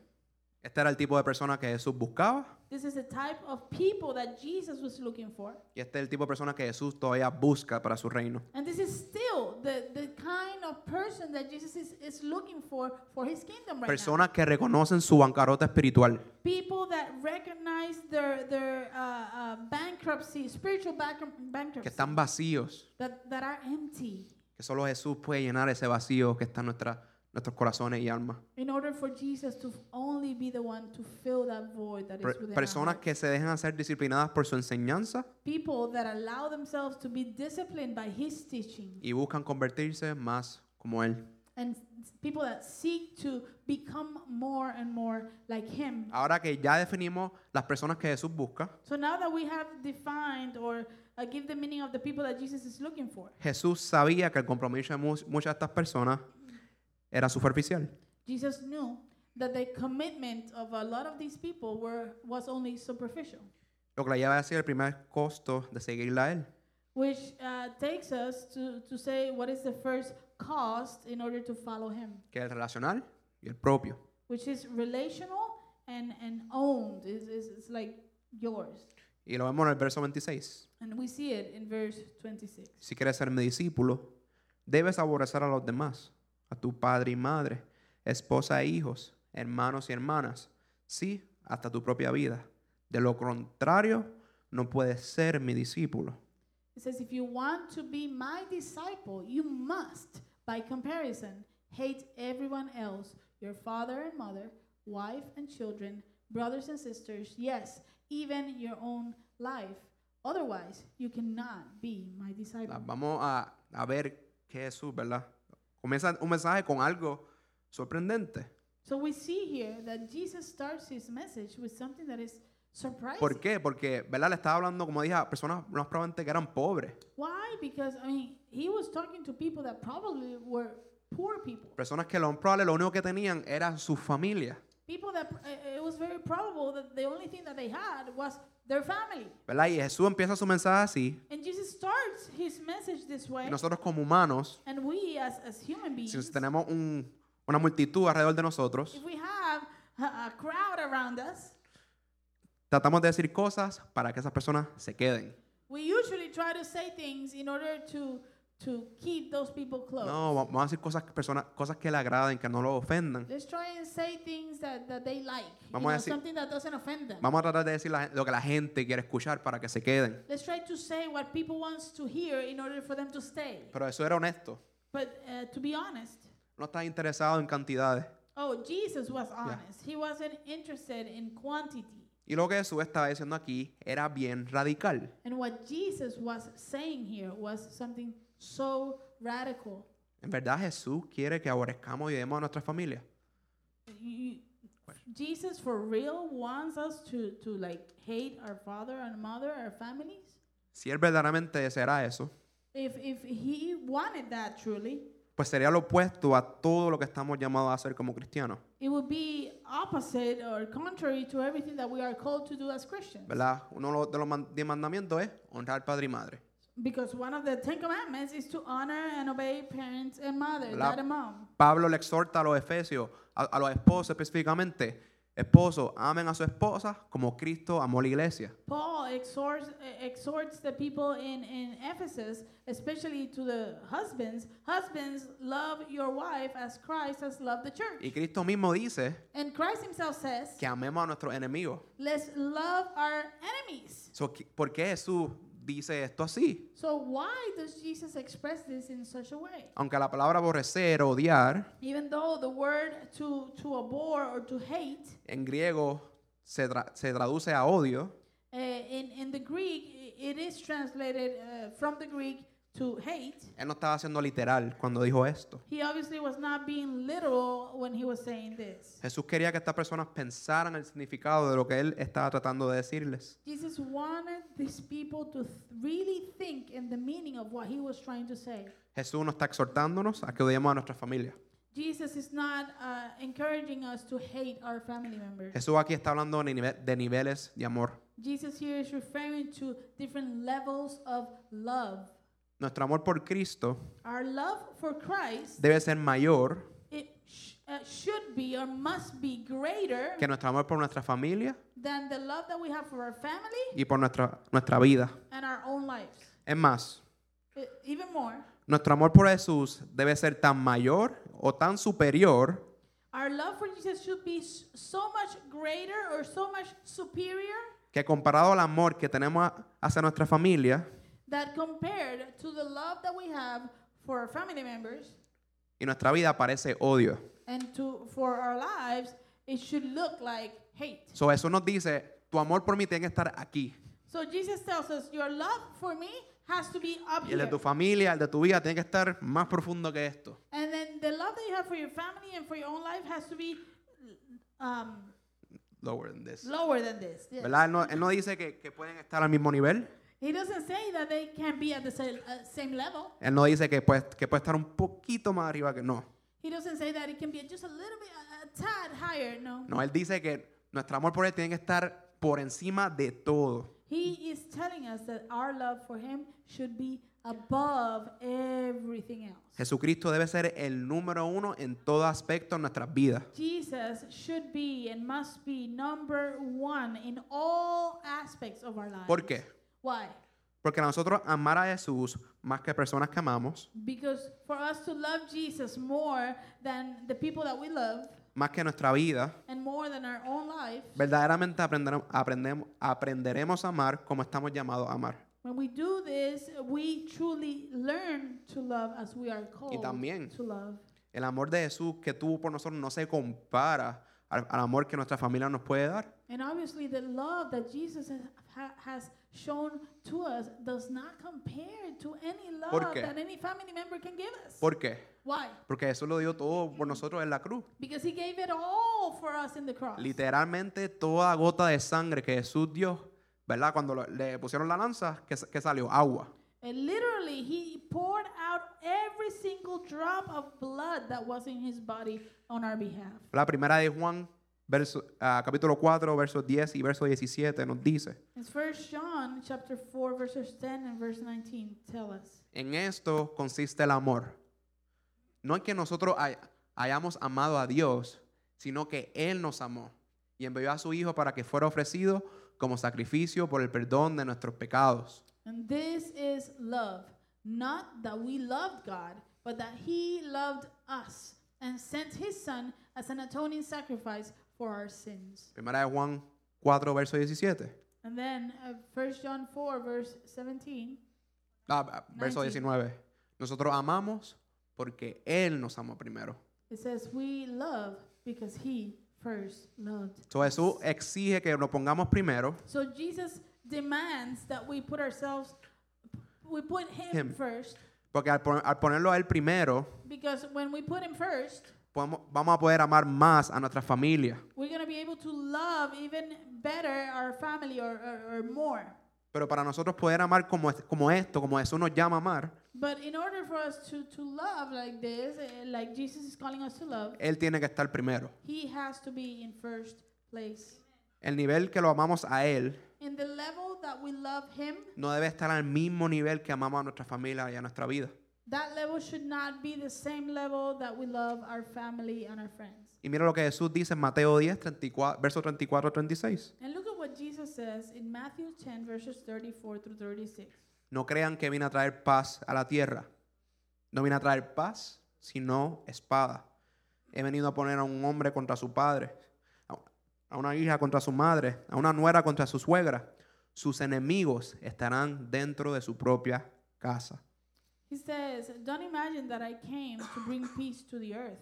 Speaker 2: Este era el tipo de persona que Jesús buscaba
Speaker 1: This is the type of people that Jesus was looking for.
Speaker 2: y este es el tipo de persona que Jesús todavía busca para su reino.
Speaker 1: And this is still the, the kind of person that Jesus is, is looking for for his kingdom right now.
Speaker 2: Personas que reconocen su bancarrota espiritual.
Speaker 1: People that recognize their, their uh, uh, bankruptcy, spiritual bankrupt-
Speaker 2: que
Speaker 1: bankruptcy.
Speaker 2: están vacíos,
Speaker 1: that, that are empty
Speaker 2: que solo Jesús puede llenar ese vacío que está en nuestra- nuestros corazones y almas.
Speaker 1: in order for Jesus to only be the one to fill that void that is
Speaker 2: Per-
Speaker 1: within our
Speaker 2: personas
Speaker 1: heart.
Speaker 2: que se dejan ser disciplinadas por su enseñanza
Speaker 1: people that allow themselves to be disciplined by his teaching
Speaker 2: y buscan convertirse más como Él.
Speaker 1: and s- people that seek to become more and more like him
Speaker 2: Ahora que ya definimos las personas que Jesús busca,
Speaker 1: so now that we have defined or uh, give the meaning of the people that Jesus is looking for
Speaker 2: Jesús sabía que el compromiso de mu- muchas de estas personas era superficial.
Speaker 1: Jesus knew that the commitment of a lot of these people were was only superficial
Speaker 2: Lo que le lleva a decir el primer costo de seguirla a Él.
Speaker 1: Which uh, takes us to, to say what is the first cost in order to follow him,
Speaker 2: que es el relacional y el propio.
Speaker 1: which is relational and, and owned. It's, it's, it's like yours.
Speaker 2: Y lo vemos en el verso 26.
Speaker 1: And we see it in verse 26.
Speaker 2: Si quieres ser mi discípulo, debes aborrecer a los demás, a tu padre y madre, esposa e hijos, hermanos y hermanas, sí, hasta tu propia vida. De lo contrario, no puedes ser mi discípulo.
Speaker 1: It says, If you want to be my disciple, you must, by comparison, hate everyone else your father and mother, wife and children, brothers and sisters, yes, even your own life. Otherwise, you cannot be my disciple.
Speaker 2: La- Vamos a, a ver qué es Jesús, ¿verdad? Comienza un mensaje con algo sorprendente.
Speaker 1: So we see here that Jesus starts his message with something that is surprising.
Speaker 2: ¿Por qué? Porque, ¿verdad? Le estaba hablando, como dije, a personas más probablemente que eran pobres.
Speaker 1: Why? Because I mean, he was talking to people that probably were poor people.
Speaker 2: Personas que lo más probable lo único que tenían era su familia,
Speaker 1: People that uh, it was very probable that the only thing that they had was their family.
Speaker 2: ¿verdad? Y Jesús empieza su mensaje así.
Speaker 1: And Jesus starts his message this way.
Speaker 2: Y nosotros como humanos,
Speaker 1: and we as as human beings,
Speaker 2: si tenemos un- una multitud alrededor de nosotros,
Speaker 1: if we have a, a crowd around us,
Speaker 2: tratamos de decir cosas para que esas personas se queden.
Speaker 1: we usually try to say things in order to to keep those people close.
Speaker 2: No, va- vamos a decir cosas que, personas, cosas que le agraden, que no lo ofendan.
Speaker 1: Let's try and say things that, that they like. You
Speaker 2: Vamos a
Speaker 1: know,
Speaker 2: decir-
Speaker 1: something that doesn't offend them.
Speaker 2: Vamos a tratar de decir la- lo que la gente quiere escuchar para que se queden.
Speaker 1: Let's try to say what people wants to hear in order for them to stay.
Speaker 2: Pero eso era honesto.
Speaker 1: But uh, to be honest,
Speaker 2: No está interesado en cantidades.
Speaker 1: oh, Jesus was honest. He wasn't interested in quantity.
Speaker 2: Y lo que Jesús estaba diciendo aquí era bien radical.
Speaker 1: And what Jesus was saying here was something so radical.
Speaker 2: En verdad Jesús quiere que aborrezcamos y demos a nuestra familia.
Speaker 1: You- Jesus for real wants us to, to like hate our father and mother, our families.
Speaker 2: Si él verdaderamente deseará eso,
Speaker 1: If, if he wanted that truly,
Speaker 2: pues sería lo opuesto a todo lo que estamos llamados a hacer como cristianos,
Speaker 1: It would be opposite or contrary to everything that we are called to do as Christians.
Speaker 2: ¿verdad? Uno de los- de los man- diez mandamientos es honrar padre y madre.
Speaker 1: Because one of the Ten Commandments is to honor and obey parents and mother,
Speaker 2: La-
Speaker 1: dad and mom.
Speaker 2: Pablo le exhorta a los efesios, a, a los esposos específicamente, esposos, amen a su esposa como Cristo amó la iglesia.
Speaker 1: Paul exhorts, eh, exhorts the people in, in Ephesus, especially to the husbands, husbands, love your wife as Christ has loved the church.
Speaker 2: Y Cristo mismo dice
Speaker 1: And Christ himself says,
Speaker 2: que amemos a nuestros enemigos.
Speaker 1: let's love our enemies.
Speaker 2: So, ¿qui- ¿Por qué Jesús dice esto así?
Speaker 1: So why does Jesus express this in such a way?
Speaker 2: Aunque la palabra aborrecer o odiar
Speaker 1: Even though the word to, to abhor or to hate
Speaker 2: en griego se, tra- se traduce a odio,
Speaker 1: uh, in, in the Greek, i- it is translated uh, from the Greek to hate.
Speaker 2: él no estaba siendo literal cuando dijo esto.
Speaker 1: He obviously was not being literal when he was saying this.
Speaker 2: Jesús quería que estas personas pensaran el significado de lo que él estaba tratando de decirles.
Speaker 1: Jesus wanted these people to th- really think in the meaning of what he was trying to say.
Speaker 2: Jesús nos está exhortándonos a que odiemos a nuestras familias.
Speaker 1: Jesus is not uh, encouraging us to hate our family members.
Speaker 2: Jesús aquí está hablando de, nive- de niveles de amor.
Speaker 1: Jesus here is referring to different levels of love.
Speaker 2: Nuestro amor por Cristo
Speaker 1: Our love for Christ
Speaker 2: debe ser mayor
Speaker 1: it sh- uh, should be or must be greater
Speaker 2: que nuestro amor por nuestra familia
Speaker 1: than the love that we have for our family
Speaker 2: y por nuestra, nuestra vida.
Speaker 1: and our own lives.
Speaker 2: Es más,
Speaker 1: E- even more,
Speaker 2: nuestro amor por Jesús debe ser tan mayor o tan superior
Speaker 1: our love for Jesus should be s- so much greater or so much superior
Speaker 2: que comparado al amor que tenemos a- hacia nuestra familia
Speaker 1: that compared to the love that we have for our family members
Speaker 2: y nuestra vida parece odio.
Speaker 1: and to for our lives, it should look like hate.
Speaker 2: So Jesús nos dice, tu amor por mí tiene que estar aquí.
Speaker 1: So Jesus tells us your love for me has to be up
Speaker 2: Y el de
Speaker 1: here.
Speaker 2: tu familia, el de tu vida, tiene que estar más profundo que esto.
Speaker 1: And then the love that you have for your family and for your own life has to be um,
Speaker 2: Lower than this.
Speaker 1: lower than this. Yes.
Speaker 2: ¿Verdad? Él no, él no dice que- que pueden estar al mismo nivel.
Speaker 1: He doesn't say that they can be at the same, uh, same level.
Speaker 2: Él no dice que puede, que puede estar un poquito más arriba que no.
Speaker 1: He doesn't say that it can be just a little bit, a, a tad higher. No.
Speaker 2: No, él dice que nuestro amor por él tiene que estar por encima de todo.
Speaker 1: He is telling us that our love for Him should be above everything else.
Speaker 2: Jesucristo debe ser el número uno en todo aspecto en nuestras vidas.
Speaker 1: Jesus should be and must be number one in all aspects of our lives.
Speaker 2: ¿Por qué?
Speaker 1: Why?
Speaker 2: Porque nosotros amar a Jesús más que personas que amamos,
Speaker 1: Because for us to love Jesus more than the people that we love
Speaker 2: más que nuestra vida,
Speaker 1: and more than our own life,
Speaker 2: verdaderamente aprenderemos, aprendemos- aprenderemos a amar como estamos llamados a amar.
Speaker 1: When we do this, we truly learn to love as we are called
Speaker 2: también-
Speaker 1: to love.
Speaker 2: El amor de Jesús que tuvo por nosotros no se compara al- al amor que nuestra familia nos puede dar.
Speaker 1: And obviously, the love that Jesus has, ha- has shown to us does not compare to any
Speaker 2: ¿Por
Speaker 1: love
Speaker 2: qué?
Speaker 1: that any family member can give us.
Speaker 2: ¿Por qué?
Speaker 1: Why?
Speaker 2: Porque Jesús lo dio todo por nosotros en la cruz.
Speaker 1: Because He gave it all for us in the cross.
Speaker 2: Literalmente toda gota de sangre que Jesús dio, ¿verdad? Cuando lo- le pusieron la lanza, que, salió? Agua.
Speaker 1: And literally, He poured out every single drop of blood that was in His body on our behalf.
Speaker 2: La primera de Juan, verso, ah, capítulo 4, versos 10 y verso 17 nos dice,
Speaker 1: It's First John chapter 4, verses 10 and verse 19 tell us.
Speaker 2: en esto consiste el amor. No es que nosotros hay- hayamos amado a Dios, sino que Él nos amó y envió a su Hijo para que fuera ofrecido como sacrificio por el perdón de nuestros pecados.
Speaker 1: And this is love, not that we loved God, but that He loved us and sent His Son as an atoning sacrifice for our sins.
Speaker 2: Primera de Juan 4, verso 17.
Speaker 1: And then uh, 1 John 4, verse 17.
Speaker 2: Ah, ah, verso
Speaker 1: 19.
Speaker 2: 19. Nosotros amamos porque Él nos amó primero.
Speaker 1: It says, We love because He first loved.
Speaker 2: So,
Speaker 1: us."
Speaker 2: Jesús exige que nos pongamos primero.
Speaker 1: So Jesus demands that we put ourselves, we put Him,
Speaker 2: Him.
Speaker 1: first,
Speaker 2: Porque al, pon- al ponerlo a Él primero,
Speaker 1: because when we put Him first,
Speaker 2: podemos- vamos a poder amar más a nuestra familia.
Speaker 1: we're going to be able to love even better our family or, or, or more.
Speaker 2: Pero para nosotros poder amar como, es- como esto, como Jesús nos llama a amar,
Speaker 1: But in order for us to, to love like this, eh, like Jesus is calling us to love,
Speaker 2: Él tiene que estar primero.
Speaker 1: he has to be in first place.
Speaker 2: El nivel que lo amamos a Él
Speaker 1: In the level that we love him,
Speaker 2: no debe estar al mismo nivel que amamos a nuestra familia y a nuestra vida.
Speaker 1: that level should not be the same level that we love our family and our friends.
Speaker 2: Y mira lo que Jesús dice en Mateo 10, 34, verso 34 36.
Speaker 1: And look at what Jesus says in Matthew 10, verses 34 through 36.
Speaker 2: No crean que vine a traer paz a la tierra. No vine a traer paz, sino espada. He venido a poner a un hombre contra su padre, a- a una hija contra su madre, a una nuera contra su suegra. Sus enemigos estarán dentro de su propia casa.
Speaker 1: He says, Don't imagine that I came to bring peace to the earth.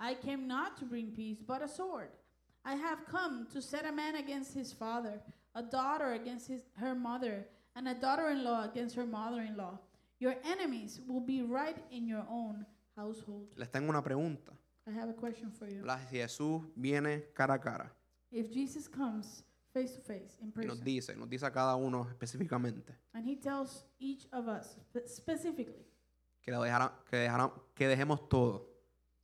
Speaker 1: I came not to bring peace, but a sword. I have come to set a man against his father, a daughter against his, her mother, and a daughter in law against her mother in law. Your enemies will be right in your own household.
Speaker 2: Les tengo una pregunta.
Speaker 1: I have a question for you.
Speaker 2: La- Si Jesús viene cara a cara
Speaker 1: If Jesus comes face to face in
Speaker 2: y nos
Speaker 1: person,
Speaker 2: dice, nos dice a cada uno específicamente,
Speaker 1: and he tells each of us spe- specifically
Speaker 2: que, lo dejara- que, dejara- que dejemos todo.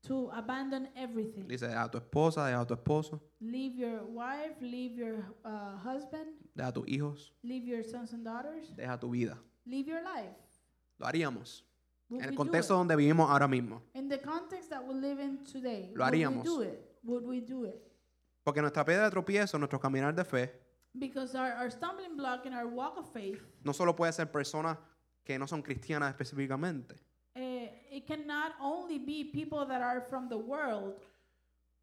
Speaker 1: to abandon everything
Speaker 2: Dice, deja a tu esposa, deja a tu esposo,
Speaker 1: leave your wife, leave your uh, husband,
Speaker 2: deja a tus hijos,
Speaker 1: leave your sons and daughters,
Speaker 2: deja tu vida.
Speaker 1: leave your life.
Speaker 2: Lo haríamos.
Speaker 1: Would
Speaker 2: En el
Speaker 1: we do
Speaker 2: contexto donde vivimos ahora mismo.
Speaker 1: it? In the context that we live in today,
Speaker 2: Lo
Speaker 1: would
Speaker 2: haríamos.
Speaker 1: we do it? Would we do it?
Speaker 2: Porque nuestra piedra de tropiezo, nuestro caminar de fe,
Speaker 1: Because our, our stumbling block in our walk of faith,
Speaker 2: no solo puede ser personas que no son cristianas específicamente,
Speaker 1: eh, it cannot only be people that are from the world,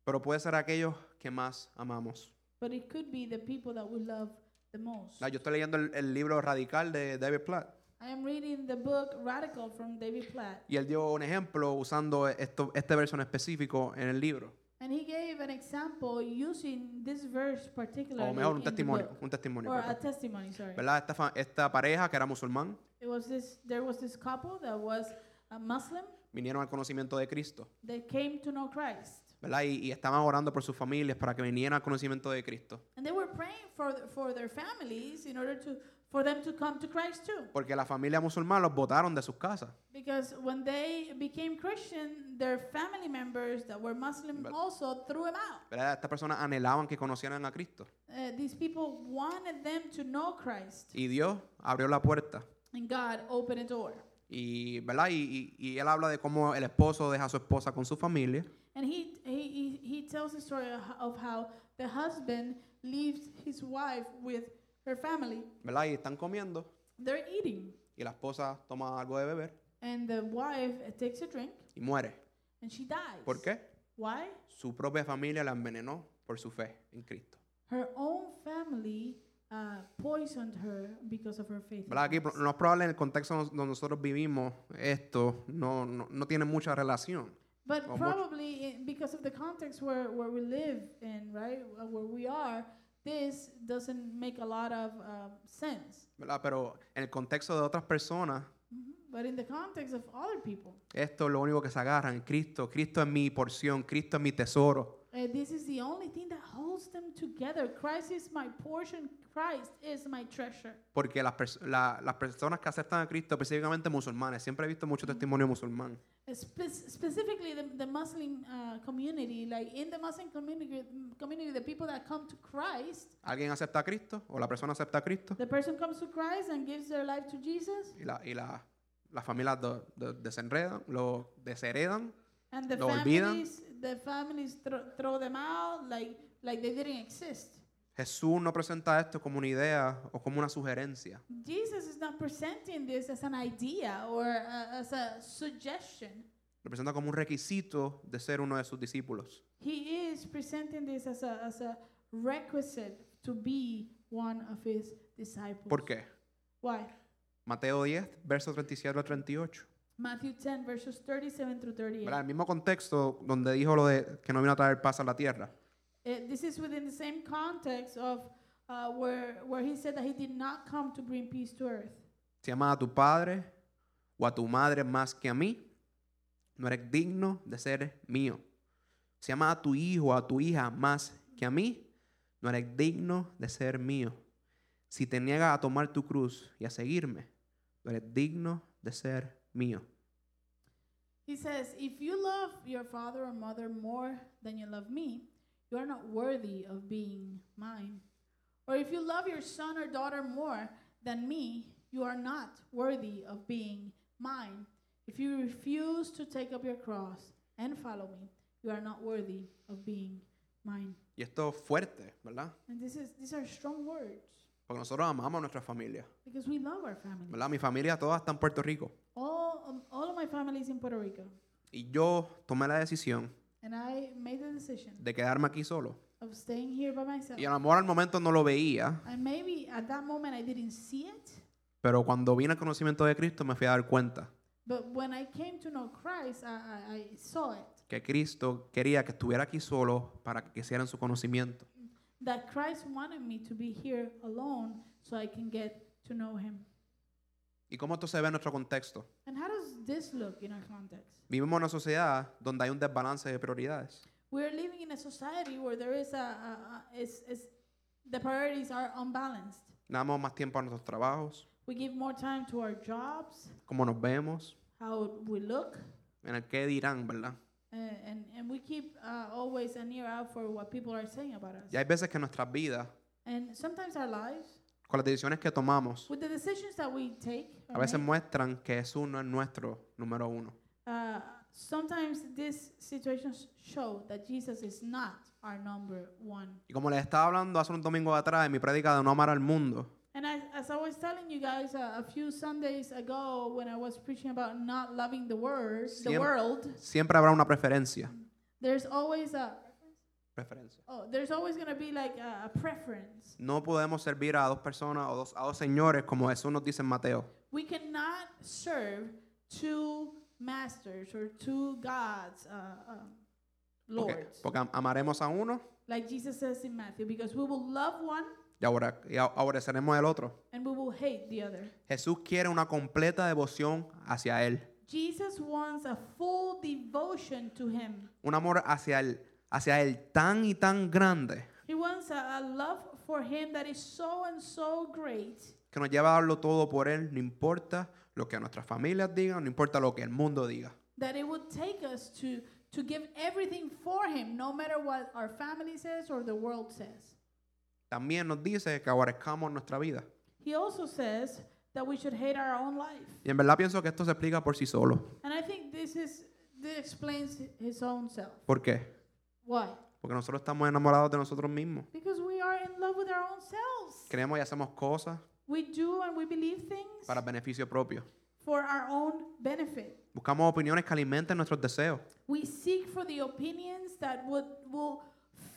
Speaker 2: pero puede ser aquellos que más amamos.
Speaker 1: but it could be the people that we love the most.
Speaker 2: Ah, Yo estoy leyendo el, el libro Radical de David Platt
Speaker 1: I am reading the book Radical from David Platt,
Speaker 2: y él dio un ejemplo usando esto- este verso en específico en el libro,
Speaker 1: and he gave an example using this verse particularly
Speaker 2: o mejor un
Speaker 1: in the
Speaker 2: testimonio,
Speaker 1: book.
Speaker 2: un testimonio,
Speaker 1: or a
Speaker 2: perdón.
Speaker 1: testimony, sorry.
Speaker 2: ¿verdad? Esta, fa- esta pareja que era musulmán
Speaker 1: It was this. There was this couple that was a Muslim.
Speaker 2: vinieron al conocimiento de Cristo,
Speaker 1: They came to know Christ,
Speaker 2: ¿verdad? Y, y estaban orando por sus familias para que vinieran al conocimiento de Cristo,
Speaker 1: and they were praying for th- for their families in order to for them to come to Christ too.
Speaker 2: porque la familia musulmana los botaron de sus casas.
Speaker 1: Because when they became Christian, their family members that were Muslim
Speaker 2: But-
Speaker 1: also threw them out.
Speaker 2: ¿verdad? Estas personas anhelaban que conocieran a Cristo.
Speaker 1: Uh, these people wanted them to know Christ,
Speaker 2: Y Dios abrió la puerta.
Speaker 1: and God opened a door.
Speaker 2: Y, ¿verdad? Y, y- y él habla de cómo el esposo deja a su esposa con su familia
Speaker 1: And he he he, he tells the story of ho- of how the husband leaves his wife with her family.
Speaker 2: ¿verdad? y están comiendo
Speaker 1: They're eating.
Speaker 2: y la esposa toma algo de beber
Speaker 1: And the wife uh, takes a drink
Speaker 2: y muere.
Speaker 1: and she dies.
Speaker 2: ¿Por qué?
Speaker 1: Why?
Speaker 2: Su propia familia la envenenó por su fe en Cristo.
Speaker 1: Her own family uh, poisoned her because of her faith. in
Speaker 2: ¿Verdad? Aquí
Speaker 1: Christ.
Speaker 2: lo más probable en el contexto donde nosotros vivimos esto no, no, no tiene mucha relación.
Speaker 1: But
Speaker 2: Well, what-
Speaker 1: probably i- because of the context where, where we live in, right, uh, where we are, this doesn't make a lot of um, sense. Mm-hmm.
Speaker 2: ¿verdad? Pero en el contexto de otras personas,
Speaker 1: But in the context of other people,
Speaker 2: esto es lo único que se agarran. Cristo, Cristo es mi porción, Cristo es mi tesoro.
Speaker 1: uh, this is the only thing that holds them together. Christ is my portion. Christ is my treasure.
Speaker 2: Porque las, pers- la- las personas que aceptan a Cristo, específicamente musulmanes, siempre he visto mucho testimonio musulmán,
Speaker 1: Uh, spec- specifically the, the Muslim uh, community, like in the Muslim community, community, the people that come to Christ,
Speaker 2: alguien acepta a Cristo o la persona acepta a Cristo
Speaker 1: the person comes to Christ and gives their life to Jesus,
Speaker 2: y, la, y la- las familias do- do- desenredan, lo desheredan,
Speaker 1: and the
Speaker 2: Lo olvidan.
Speaker 1: families, the families thro- throw them out like like they didn't exist.
Speaker 2: Jesús no presenta esto como una idea o como una sugerencia.
Speaker 1: Jesus is not presenting this as an idea or uh, as a suggestion.
Speaker 2: Lo presenta como un requisito de ser uno de sus discípulos.
Speaker 1: He is presenting this as a as a requisite to be one of his disciples.
Speaker 2: ¿Por qué?
Speaker 1: Why?
Speaker 2: Mateo 10, versos 37 al 38.
Speaker 1: Matthew 10 verses 37 through 38.
Speaker 2: ¿Verdad? El mismo contexto donde dijo lo de que no vino a traer paz a la tierra.
Speaker 1: Eh, this is within the same context of uh, where, where he said that he did not come to bring peace to earth.
Speaker 2: Si amas a tu padre o a tu madre más que a mí, no eres digno de ser mío. Si amas a tu hijo o a tu hija más que a mí, no eres digno de ser mío. Si te niegas a tomar tu cruz y a seguirme, tú eres digno de ser mío.
Speaker 1: He says, If you love your father or mother more than you love me, you are not worthy of being mine. Or if you love your son or daughter more than me, you are not worthy of being mine. If you refuse to take up your cross and follow me, you are not worthy of being mine.
Speaker 2: Y esto es fuerte, ¿verdad?
Speaker 1: And this is these are strong words
Speaker 2: Porque nosotros amamos a nuestra familia,
Speaker 1: because we love our family.
Speaker 2: ¿verdad? Mi familia toda está en Puerto Rico.
Speaker 1: All um, all of my family is in Puerto Rico,
Speaker 2: Y yo tomé la decisión
Speaker 1: and I made the decision
Speaker 2: de quedarme aquí solo.
Speaker 1: of staying here by myself.
Speaker 2: Y a lo mejor al momento no lo veía,
Speaker 1: And maybe at that moment I didn't see it,
Speaker 2: pero cuando vine al conocimiento de Cristo me fui a dar cuenta
Speaker 1: but when I came to know Christ, I, I, I saw it.
Speaker 2: que Cristo quería que estuviera aquí solo para que hicieran su conocimiento.
Speaker 1: That Christ wanted me to be here alone so I can get to know Him.
Speaker 2: ¿Y cómo esto se ve en nuestro contexto?
Speaker 1: And how does this look in our context?
Speaker 2: Vivimos en una sociedad donde hay un desbalance de prioridades.
Speaker 1: We're living in a society where there is a, a, a is, is the priorities are unbalanced.
Speaker 2: Damos más tiempo a nuestros trabajos,
Speaker 1: We give more time to our jobs,
Speaker 2: cómo nos vemos,
Speaker 1: how we look,
Speaker 2: en el qué dirán, ¿verdad?
Speaker 1: and, and, and we keep uh, always an ear out for what people are saying about us.
Speaker 2: Y hay veces que nuestras vidas,
Speaker 1: And sometimes our lives,
Speaker 2: con las decisiones que tomamos,
Speaker 1: with the decisions that we take, or
Speaker 2: a veces
Speaker 1: make,
Speaker 2: muestran que Jesús no es nuestro número uno.
Speaker 1: uh, sometimes these situations show that Jesus is not our number one.
Speaker 2: Y como les estaba hablando hace un domingo atrás en mi prédica de no amar al mundo,
Speaker 1: And as, as I was telling you guys uh, a few Sundays ago when I was preaching about not loving the word, the
Speaker 2: Siempre-
Speaker 1: world,
Speaker 2: siempre habrá una preferencia.
Speaker 1: there's always a
Speaker 2: Preferencia.
Speaker 1: oh, there's always going to be like a, a preference.
Speaker 2: No podemos servir a dos personas o dos, a dos señores como Jesús nos dice en Mateo.
Speaker 1: We cannot serve two masters or two gods, uh, um,
Speaker 2: Porque,
Speaker 1: lords,
Speaker 2: porque am- amaremos a uno
Speaker 1: like Jesus says in Matthew, because we will love one
Speaker 2: y, ahora, y a- aborreceremos al otro.
Speaker 1: and we will hate the other.
Speaker 2: Jesús quiere una completa devoción hacia Él.
Speaker 1: Jesus wants a full devotion to Him.
Speaker 2: Un amor hacia Él, hacia él tan y tan grande
Speaker 1: He wants a, a love for Him that is so and so great
Speaker 2: que nos lleva a darlo todo por Él, no importa lo que nuestras familias digan, no importa lo que el mundo diga.
Speaker 1: that it would take us to to give everything for Him, no matter what our family says or the world says.
Speaker 2: También nos dice que aborrezcamos nuestra vida.
Speaker 1: He also says that we should hate our own life.
Speaker 2: Y en verdad pienso que esto se explica por sí solo.
Speaker 1: And I think this is this explains his own self.
Speaker 2: ¿Por qué?
Speaker 1: Why?
Speaker 2: Porque nosotros estamos enamorados de nosotros mismos.
Speaker 1: Because we are in love with our own selves.
Speaker 2: Creemos y hacemos cosas
Speaker 1: We do and we believe things
Speaker 2: para beneficio propio.
Speaker 1: for our own benefit.
Speaker 2: Buscamos opiniones que alimenten nuestros deseos.
Speaker 1: We seek for the opinions that would will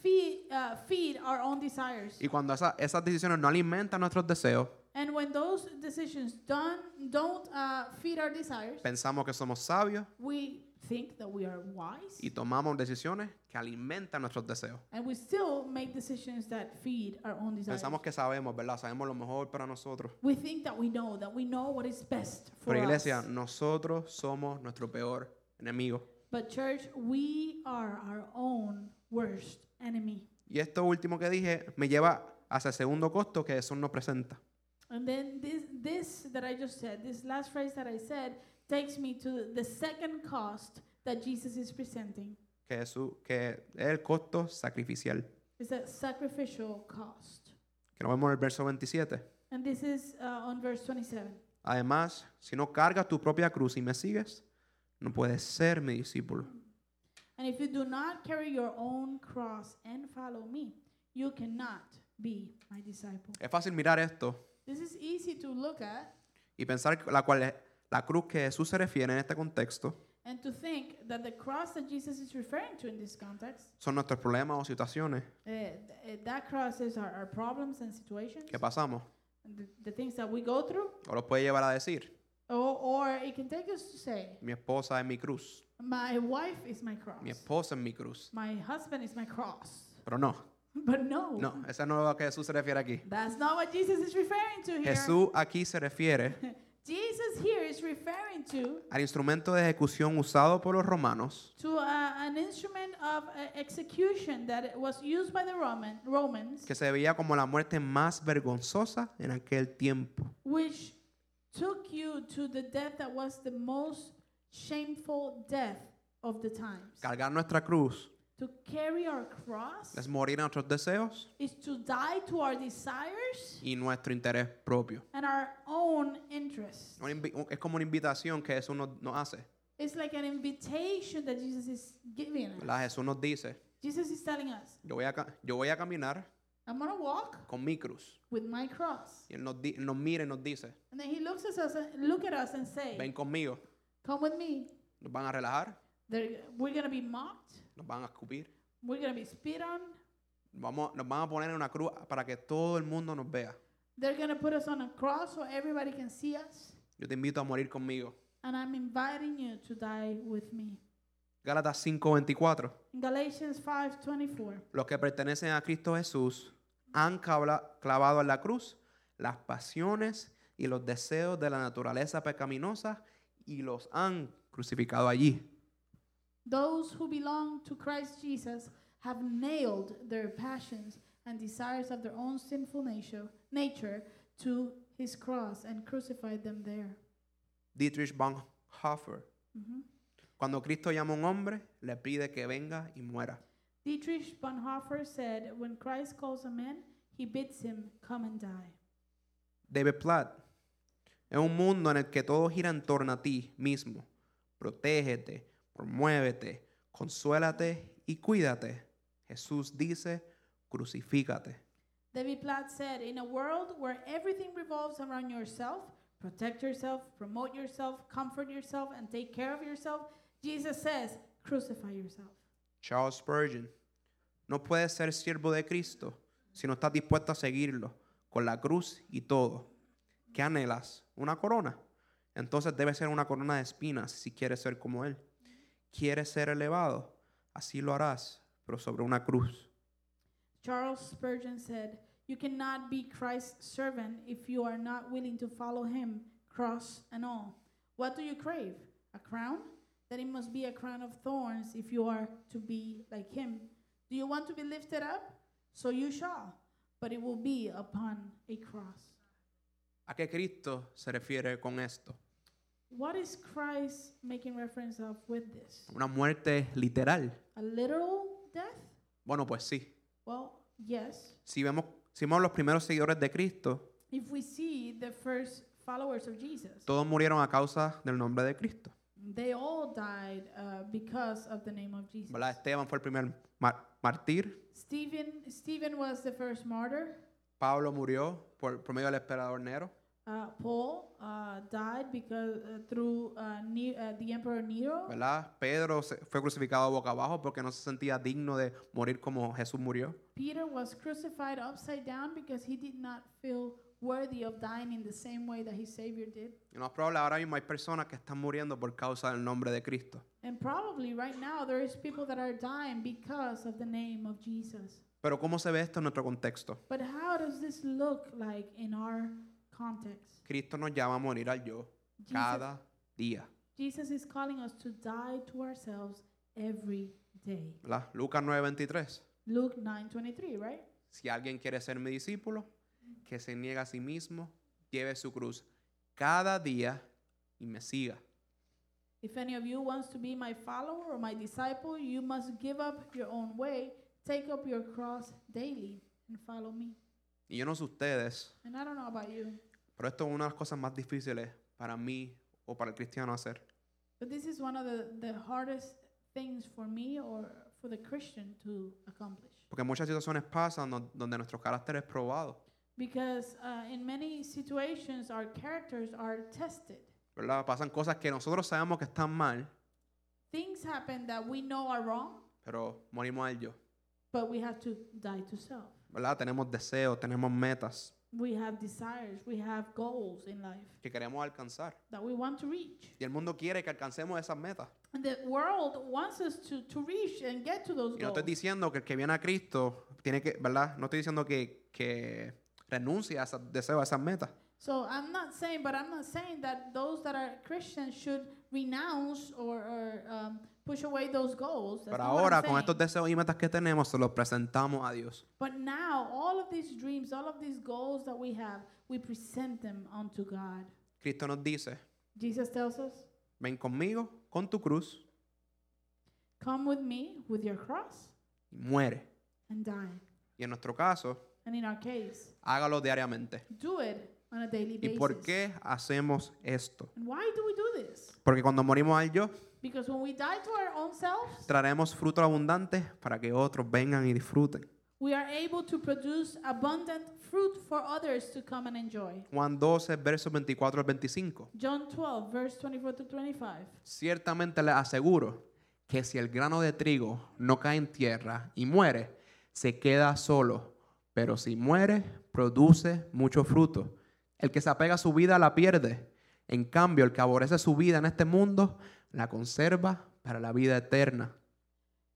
Speaker 1: feed uh, feed our own desires.
Speaker 2: Y cuando esa- esas decisiones no alimentan nuestros deseos,
Speaker 1: And when those decisions don't don't uh, feed our desires,
Speaker 2: pensamos que somos sabios
Speaker 1: we think that we are wise,
Speaker 2: y tomamos decisiones que alimentan nuestros deseos.
Speaker 1: and we still make decisions that feed our own desires.
Speaker 2: Pensamos que sabemos, ¿verdad? Sabemos lo mejor para nosotros.
Speaker 1: We think that we know that we know what is best for
Speaker 2: Pero iglesia,
Speaker 1: us.
Speaker 2: nosotros somos nuestro peor enemigo.
Speaker 1: But church, we are our own worst enemy.
Speaker 2: Y esto último que dije me lleva hacia el segundo costo que Jesús nos presenta.
Speaker 1: And then this this that I just said, this last phrase that I said takes me to the second cost that Jesus is presenting.
Speaker 2: Que, Jesús, que es el costo sacrificial.
Speaker 1: It's a sacrificial cost.
Speaker 2: Que lo vemos en el verso 27.
Speaker 1: And this is uh, on verse 27.
Speaker 2: Además, si no cargas tu propia cruz y me sigues, no puedes ser mi discípulo.
Speaker 1: And if you do not carry your own cross and follow me, you cannot be my disciple.
Speaker 2: Es fácil mirar esto
Speaker 1: This is easy to look at
Speaker 2: y pensar que la, cual es- la cruz que Jesús se refiere en este contexto
Speaker 1: and to think that the cross that Jesus is referring to in this context
Speaker 2: son nuestros problemas o situaciones
Speaker 1: Uh, th- uh, that crosses our, our problems and situations,
Speaker 2: que pasamos
Speaker 1: and the, the things that we go through,
Speaker 2: o los puede llevar a decir,
Speaker 1: or, or it can take us to say,
Speaker 2: mi esposa es mi cruz,
Speaker 1: My wife is my cross,
Speaker 2: mi esposa es mi cruz.
Speaker 1: my husband is my cross.
Speaker 2: Pero no,
Speaker 1: But no,
Speaker 2: no, esa no es a lo que Jesús se refiere aquí.
Speaker 1: that's not what Jesus is referring to here.
Speaker 2: Jesús aquí se refiere
Speaker 1: Jesus here is referring to
Speaker 2: al instrumento de ejecución usado por los romanos
Speaker 1: to uh, an instrument of uh, execution that was used by the Roman, Romans,
Speaker 2: que se veía como la muerte más vergonzosa en aquel tiempo.
Speaker 1: which took you to the death that was the most shameful death of the times.
Speaker 2: Cargar nuestra cruz
Speaker 1: To carry our cross
Speaker 2: es morir a nuestros deseos
Speaker 1: is to die to our desires
Speaker 2: y nuestro interés propio.
Speaker 1: and our own interests.
Speaker 2: Una invi- Es como una invitación que Jesús nos, nos hace.
Speaker 1: It's like an invitation that Jesus is giving us.
Speaker 2: ¿verdad? Jesús nos dice,
Speaker 1: Jesus is telling us,
Speaker 2: yo voy, a, ca- yo voy a caminar
Speaker 1: I'm going to walk
Speaker 2: con mi cruz.
Speaker 1: with my cross.
Speaker 2: Y Él nos, di- nos mira y nos dice,
Speaker 1: And then he looks at us, and- look at us and say,
Speaker 2: ven conmigo.
Speaker 1: come with me.
Speaker 2: Nos van a relajar,
Speaker 1: They're- we're going to be mocked.
Speaker 2: nos van a escupir.
Speaker 1: We're going to be spit on.
Speaker 2: Vamos, nos van a poner en una cruz para que todo el mundo nos vea.
Speaker 1: They're going to put us on a cross so everybody can see us.
Speaker 2: Yo te invito a morir conmigo.
Speaker 1: And I'm inviting you to die with me.
Speaker 2: Gálatas 5:24.
Speaker 1: In Galatians 5:24.
Speaker 2: Los que pertenecen a Cristo Jesús han cabla- clavado en la cruz las pasiones y los deseos de la naturaleza pecaminosa y los han crucificado allí.
Speaker 1: Those who belong to Christ Jesus have nailed their passions and desires of their own sinful nature, nature to his cross and crucified them there.
Speaker 2: Dietrich Bonhoeffer.
Speaker 1: Mhm.
Speaker 2: Cuando Cristo llama a un hombre, le pide que venga y muera.
Speaker 1: Dietrich Bonhoeffer said, When Christ calls a man, he bids him come and die.
Speaker 2: David Platt. Es un mundo en el que todo gira en torno a ti mismo. Protégete, promuévete, consuélate y cuídate. Jesús dice, crucifícate.
Speaker 1: David Platt said, In a world where everything revolves around yourself, protect yourself, promote yourself, comfort yourself, and take care of yourself, Jesus says, crucify yourself.
Speaker 2: Charles Spurgeon. No puedes ser siervo de Cristo si no estás dispuesto a seguirlo, con la cruz y todo. ¿Qué anhelas? ¿Una corona? Entonces debe ser una corona de espinas si quieres ser como Él. ¿Quieres ser elevado? Así lo harás, pero sobre una cruz.
Speaker 1: Charles Spurgeon said, You cannot be Christ's servant if you are not willing to follow him, cross and all. What do you crave? A crown? Then it must be a crown of thorns if you are to be like him. Do you want to be lifted up? So you shall, but it will be upon a cross.
Speaker 2: ¿A qué Cristo se refiere con esto?
Speaker 1: What is Christ making reference of with this?
Speaker 2: ¿Una muerte literal?
Speaker 1: A literal death?
Speaker 2: Bueno, pues sí.
Speaker 1: Well, yes.
Speaker 2: Si vemos, si vemos los primeros seguidores de Cristo,
Speaker 1: If we see the first followers of Jesus,
Speaker 2: todos murieron a causa del nombre de Cristo.
Speaker 1: They all died uh, because of the name of Jesus.
Speaker 2: ¿verdad? Esteban fue el primer mar- mártir.
Speaker 1: Stephen, Stephen was the first martyr.
Speaker 2: Pablo murió por, por medio del emperador Nero.
Speaker 1: Uh, Paul uh, died because uh, through uh, ne- uh, the emperor Nero.
Speaker 2: ¿verdad? Pedro se- fue crucificado boca abajo porque no se sentía digno de morir como Jesús murió.
Speaker 1: Peter was crucified upside down because he did not feel worthy of dying in the same way that his Savior did.
Speaker 2: Y lo más probable, ahora mismo hay personas que están muriendo por causa del nombre de Cristo.
Speaker 1: And probably right now there is people that are dying because of the name of Jesus.
Speaker 2: Pero ¿cómo se ve esto en nuestro contexto?
Speaker 1: But how does this look like in our context?
Speaker 2: Cristo nos llama a morir al yo
Speaker 1: Jesus
Speaker 2: cada día.
Speaker 1: Jesus is calling us to die to ourselves every day.
Speaker 2: ¿verdad? Lucas 9:23.
Speaker 1: Luke 9:23, right?
Speaker 2: Si alguien quiere ser mi discípulo, que se niegue a sí mismo, lleve su cruz cada día y me siga.
Speaker 1: If any of you wants to be my follower or my disciple, you must give up your own way, take up your cross daily and follow me.
Speaker 2: Y yo no sé ustedes,
Speaker 1: And I don't know about you,
Speaker 2: Pero esto es una de las cosas más difíciles para mí o para el cristiano hacer.
Speaker 1: but this is one of the, the hardest things for me or for the Christian to accomplish.
Speaker 2: Porque muchas situaciones pasan don- donde nuestro carácter es probado,
Speaker 1: Because uh, in many situations, our characters are tested.
Speaker 2: ¿verdad? Pasan cosas que nosotros sabemos que están mal,
Speaker 1: Things happen that we know are wrong,
Speaker 2: pero morimos al yo,
Speaker 1: but we have to die to self.
Speaker 2: ¿verdad? Tenemos deseos, tenemos metas
Speaker 1: We have desires, we have goals in life
Speaker 2: que queremos alcanzar.
Speaker 1: that we want to reach.
Speaker 2: Y el mundo quiere que alcancemos esas metas.
Speaker 1: And the world wants us to, to reach and get to those
Speaker 2: Y no
Speaker 1: goals.
Speaker 2: estoy diciendo que el que viene a Cristo tiene que, ¿verdad? No estoy diciendo que, que renuncie a esos deseos, a esas metas.
Speaker 1: So I'm not saying, but I'm not saying that those that are Christians should renounce or, or um, push away those goals. That's
Speaker 2: Pero
Speaker 1: not what I'm
Speaker 2: ahora, con
Speaker 1: saying.
Speaker 2: estos deseos y metas que tenemos, se los presentamos a Dios.
Speaker 1: But now, all of these dreams, all of these goals that we have, we present them unto God.
Speaker 2: Cristo nos dice,
Speaker 1: Jesus tells us,
Speaker 2: ven conmigo con tu cruz
Speaker 1: Come with me with your cross
Speaker 2: y muere.
Speaker 1: and die.
Speaker 2: Y en nuestro caso,
Speaker 1: And in our case,
Speaker 2: hágalo diariamente.
Speaker 1: do it on a daily
Speaker 2: ¿Y
Speaker 1: basis.
Speaker 2: por qué hacemos esto?
Speaker 1: And why do we do this?
Speaker 2: Porque cuando morimos al yo,
Speaker 1: Because when we die to our own selves,
Speaker 2: traeremos frutos abundantes para que otros vengan y disfruten.
Speaker 1: we are able to produce abundant fruit for others to come and enjoy.
Speaker 2: Juan 12, versos 24 al 25.
Speaker 1: John 12, verse 24 to 25.
Speaker 2: Ciertamente les aseguro que si el grano de trigo no cae en tierra y muere, se queda solo, pero si muere, produce mucho fruto. El que se apega a su vida la pierde. En cambio, el que aborrece su vida en este mundo, la conserva para la vida eterna.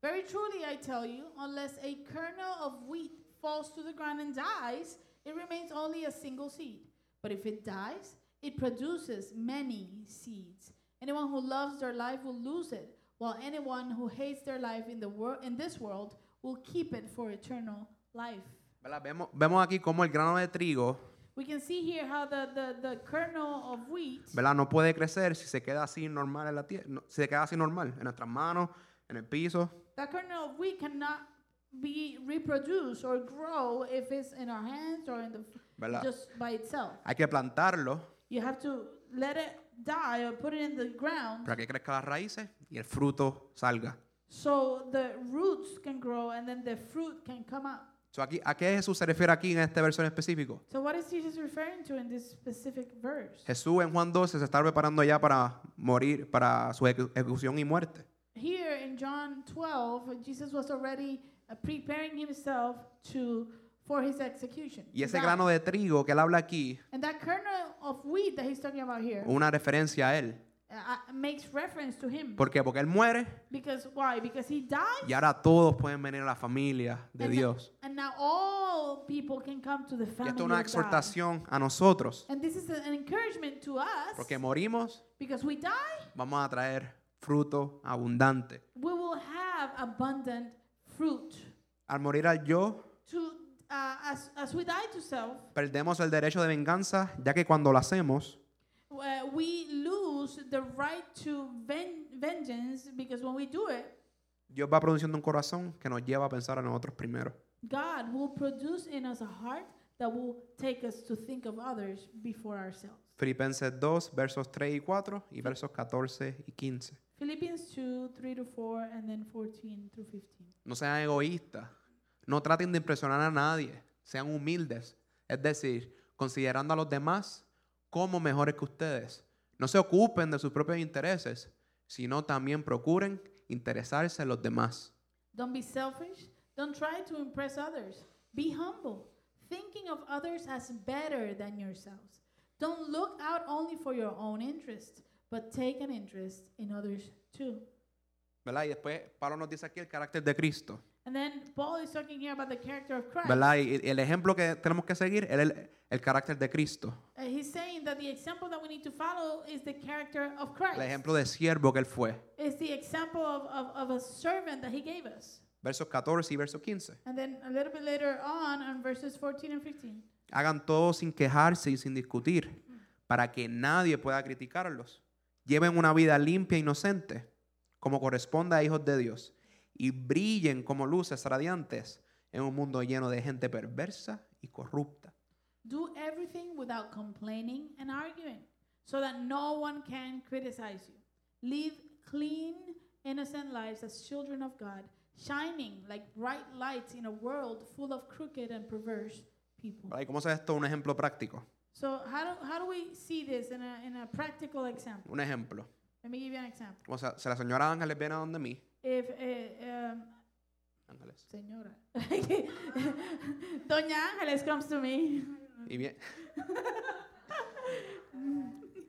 Speaker 1: Very truly I tell you, unless a kernel of wheat falls to the ground and dies, it remains only a single seed. But if it dies, it produces many seeds. Anyone who loves their life will lose it, while anyone who hates their life in the world in this world will keep it for eternal life.
Speaker 2: ¿Verdad? Vemos, vemos aquí cómo el grano de trigo
Speaker 1: We can see here how the, the, the kernel of wheat
Speaker 2: ¿verdad? no puede crecer si se queda así normal en la tierra, si se queda así normal, en nuestras manos, en el piso.
Speaker 1: That kernel of wheat cannot be reproduced or grow if it's in our hands or in the f-
Speaker 2: ¿verdad?
Speaker 1: just by itself.
Speaker 2: Hay que plantarlo
Speaker 1: You have to let it die or put it in the ground
Speaker 2: para que crezcan las raíces y el fruto salga.
Speaker 1: so the roots can grow and then the fruit can come up.
Speaker 2: So, aquí, ¿A qué Jesús se refiere aquí en este verso en específico?
Speaker 1: So what is Jesus referring to in this specific verse?
Speaker 2: Jesús en Juan 12 se está preparando ya para morir, para su ejecu- ejecución y muerte.
Speaker 1: Here in John 12, Jesus was already uh, preparing himself to for his execution.
Speaker 2: Y
Speaker 1: to
Speaker 2: ese
Speaker 1: die.
Speaker 2: grano de trigo que él habla aquí,
Speaker 1: and that kernel of wheat that he's talking about here
Speaker 2: una referencia a él.
Speaker 1: uh, uh, makes reference to him.
Speaker 2: ¿Por qué? Porque él muere
Speaker 1: Because why? Because he died,
Speaker 2: y ahora todos pueden venir a la familia de
Speaker 1: And-
Speaker 2: Dios.
Speaker 1: and now all people can come to the
Speaker 2: Y
Speaker 1: family
Speaker 2: esto es una
Speaker 1: of God.
Speaker 2: exhortación a nosotros.
Speaker 1: And this is an encouragement to us.
Speaker 2: Porque morimos,
Speaker 1: because we die,
Speaker 2: vamos a traer fruto abundante.
Speaker 1: we will have abundant fruit.
Speaker 2: Al morir al yo,
Speaker 1: To uh, as as we die to self,
Speaker 2: perdemos el derecho de venganza, ya que cuando lo hacemos,
Speaker 1: uh, we lose the right to ven- vengeance because when we do it,
Speaker 2: Dios va produciendo un corazón que nos lleva a pensar a nosotros primero.
Speaker 1: God will produce in us a heart that will take us to think of others before ourselves.
Speaker 2: Filipenses 2, versos 3 y 4 y versos 14 y 15.
Speaker 1: Philippians 2, 3 to 4, and then 14 through 15.
Speaker 2: No sean egoístas, no traten de impresionar a nadie, sean humildes, es decir, considerando a los demás como mejores que ustedes. No se ocupen de sus propios intereses, sino también procuren interesarse en los demás.
Speaker 1: Don't be selfish. Don't try to impress others. Be humble, thinking of others as better than yourselves. Don't look out only for your own interests, but take an interest in others too.
Speaker 2: ¿Verdad? Y después Pablo nos dice aquí el carácter de Cristo.
Speaker 1: And then Paul is talking here about the character of Christ.
Speaker 2: ¿Verdad? Y y el ejemplo que tenemos que seguir es el, el carácter de Cristo.
Speaker 1: Uh, he's saying that the example that we need to follow is the character of Christ.
Speaker 2: El ejemplo de siervo que él fue.
Speaker 1: It's the example of, of, of a servant that he gave us.
Speaker 2: Versos 14 y versos 15.
Speaker 1: And then a little bit later on, on verses 14 and 15.
Speaker 2: Hagan todo sin quejarse y sin discutir, para que nadie pueda criticarlos. Lleven una vida limpia e inocente, como corresponde a hijos de Dios, y brillen como luces radiantes en un mundo lleno de gente perversa y corrupta.
Speaker 1: Do everything without complaining and arguing, so that no one can criticize you. Live clean, innocent lives as children of God, shining like bright lights in a world full of crooked and perverse people.
Speaker 2: ¿Verdad? ¿Y cómo se ve esto? Un ejemplo práctico.
Speaker 1: So, how do, how do we see this in a, in a practical example?
Speaker 2: Un ejemplo.
Speaker 1: Let me give you an example.
Speaker 2: O sea, si la señora Ángeles viene a donde mí,
Speaker 1: If, uh, um,
Speaker 2: Ángeles,
Speaker 1: señora, Doña Ángeles comes to me.
Speaker 2: y, vie-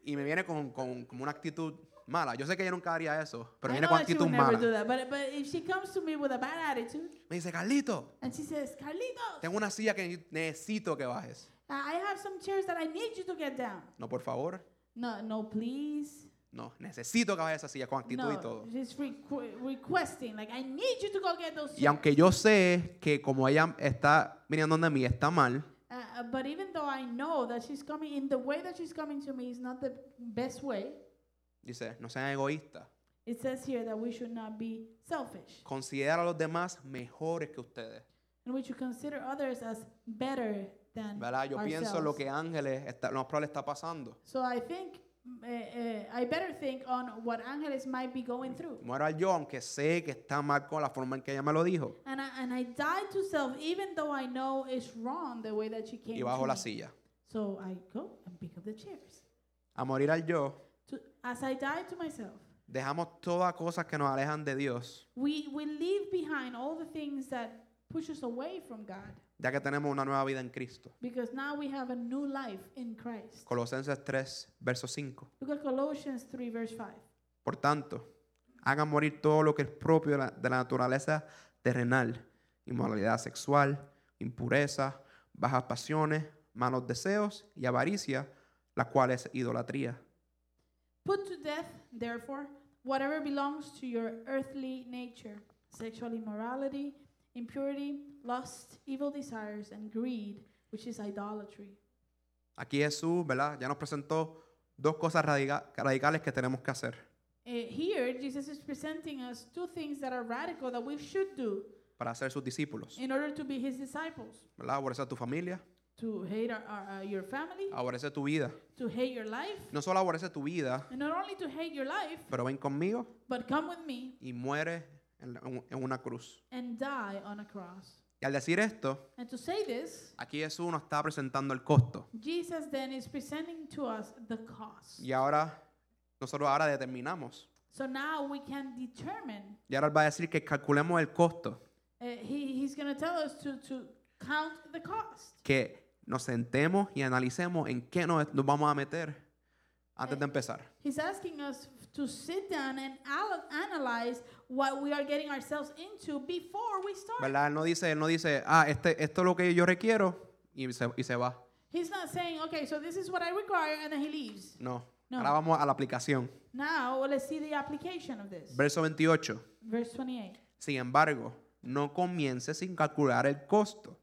Speaker 2: y me viene con, con- con una actitud mala. Yo sé que ella nunca haría eso, pero
Speaker 1: I
Speaker 2: viene
Speaker 1: know
Speaker 2: con
Speaker 1: that she
Speaker 2: actitud
Speaker 1: would never
Speaker 2: mala.
Speaker 1: do that, but, but if she comes to me with a bad attitude,
Speaker 2: Me dice, Carlito,
Speaker 1: And she says, Carlitos,
Speaker 2: Tengo una silla que necesito que bajes.
Speaker 1: I Uh, I have some chairs that I need you to get down.
Speaker 2: No, por favor.
Speaker 1: No, no, please.
Speaker 2: No, necesito que vayas a esa silla con actitud y
Speaker 1: No,
Speaker 2: todo.
Speaker 1: just requ- requesting. Like, I need you to go get those
Speaker 2: Y
Speaker 1: chairs.
Speaker 2: aunque yo sé que como ella está mirando a mí, está mal,
Speaker 1: Uh, uh, but even though I know that she's coming in the way that she's coming to me is not the best way,
Speaker 2: dice, no sean egoístas.
Speaker 1: it says here that we should not be selfish
Speaker 2: Considera a los demás mejores que ustedes.
Speaker 1: and we should consider others as better than
Speaker 2: ¿Verdad? Yo pienso
Speaker 1: ourselves.
Speaker 2: lo que Ángeles, está, lo más probable está pasando.
Speaker 1: So I think uh, uh, I better think on what Angeles might be going through.
Speaker 2: Voy a orar yo, aunque sé que está mal con la forma en que ella me lo dijo.
Speaker 1: And I, and I died to self, even though I know it's wrong the way that she came.
Speaker 2: Y bajo
Speaker 1: to
Speaker 2: la
Speaker 1: me.
Speaker 2: silla.
Speaker 1: So I go and pick up the chairs.
Speaker 2: A morir al yo,
Speaker 1: To, as I died to myself,
Speaker 2: dejamos todas cosas que nos alejan de Dios,
Speaker 1: we, we leave behind all the things that push us away from God
Speaker 2: ya que tenemos una nueva vida en Cristo.
Speaker 1: because now we have a new life in Christ.
Speaker 2: Colosenses 3, verso 5.
Speaker 1: Look at Colossians 3, verse 5.
Speaker 2: Por tanto, hagan morir todo lo que es propio de la, de la naturaleza terrenal, inmoralidad sexual, impureza, bajas pasiones, malos deseos y avaricia, la cual es idolatría.
Speaker 1: Put to death, therefore, whatever belongs to your earthly nature sexual immorality, impurity, lust, evil desires, and greed, which is idolatry.
Speaker 2: Aquí Jesús, ¿verdad? Ya nos presentó dos cosas radica- radicales que tenemos que hacer
Speaker 1: Eh, here, Jesus is presenting us two things that are radical that we should do
Speaker 2: para ser sus discípulos,
Speaker 1: in order to be his disciples
Speaker 2: ¿verdad? Aborrecer a tu familia,
Speaker 1: to hate our, our, uh, your family,
Speaker 2: aborrecer tu vida.
Speaker 1: to hate your life.
Speaker 2: No solo aborrece tu vida,
Speaker 1: And not only to hate your life,
Speaker 2: pero ven conmigo
Speaker 1: but come with me
Speaker 2: y muere en, la- en una cruz.
Speaker 1: and die on a cross.
Speaker 2: Y al decir esto,
Speaker 1: And to say this,
Speaker 2: aquí Jesús nos está presentando el costo.
Speaker 1: Jesus then is presenting to us the cost.
Speaker 2: Y ahora, nosotros ahora determinamos.
Speaker 1: So now we can determine.
Speaker 2: Y ahora él va a decir que calculemos el costo,
Speaker 1: Uh, he, he's going to tell us to, to count the cost.
Speaker 2: que nos sentemos y analicemos en qué nos, nos vamos a meter antes de empezar.
Speaker 1: He's asking us to sit down and al- analyze what we are getting ourselves into before we start.
Speaker 2: ¿Verdad? Él no dice, él no dice, ah, este, esto es lo que yo requiero y se, y se va.
Speaker 1: He's not saying, okay, so this is what I require, and then he leaves.
Speaker 2: No.
Speaker 1: No.
Speaker 2: Ahora vamos a la aplicación.
Speaker 1: Now let's see the application of this.
Speaker 2: Verso 28.
Speaker 1: Verse 28.
Speaker 2: Sin embargo, no comience sin calcular el costo.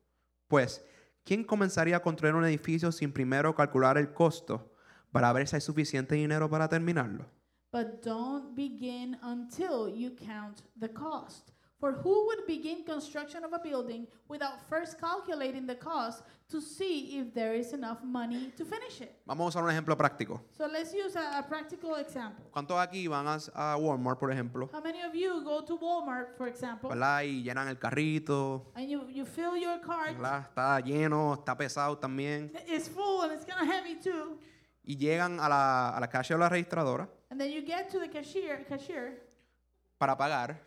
Speaker 2: Pues, ¿quién comenzaría a construir un edificio sin primero calcular el costo para ver si hay suficiente dinero para terminarlo?
Speaker 1: But don't begin until you count the cost. For who would begin construction of a building without first calculating the cost to see if there is enough money to finish it?
Speaker 2: Vamos a usar un ejemplo práctico.
Speaker 1: So let's use a, a practical example.
Speaker 2: ¿Cuántos aquí van a, a Walmart, por ejemplo?
Speaker 1: How many of you go to Walmart, for example,
Speaker 2: ¿Verdad? Y llenan el carrito.
Speaker 1: and you, you fill your cart?
Speaker 2: ¿Verdad? Está lleno, está pesado también.
Speaker 1: It's full and it's kind of heavy too.
Speaker 2: Y llegan a la, a la calle o la registradora
Speaker 1: And then you get to the cashier cashier
Speaker 2: para pagar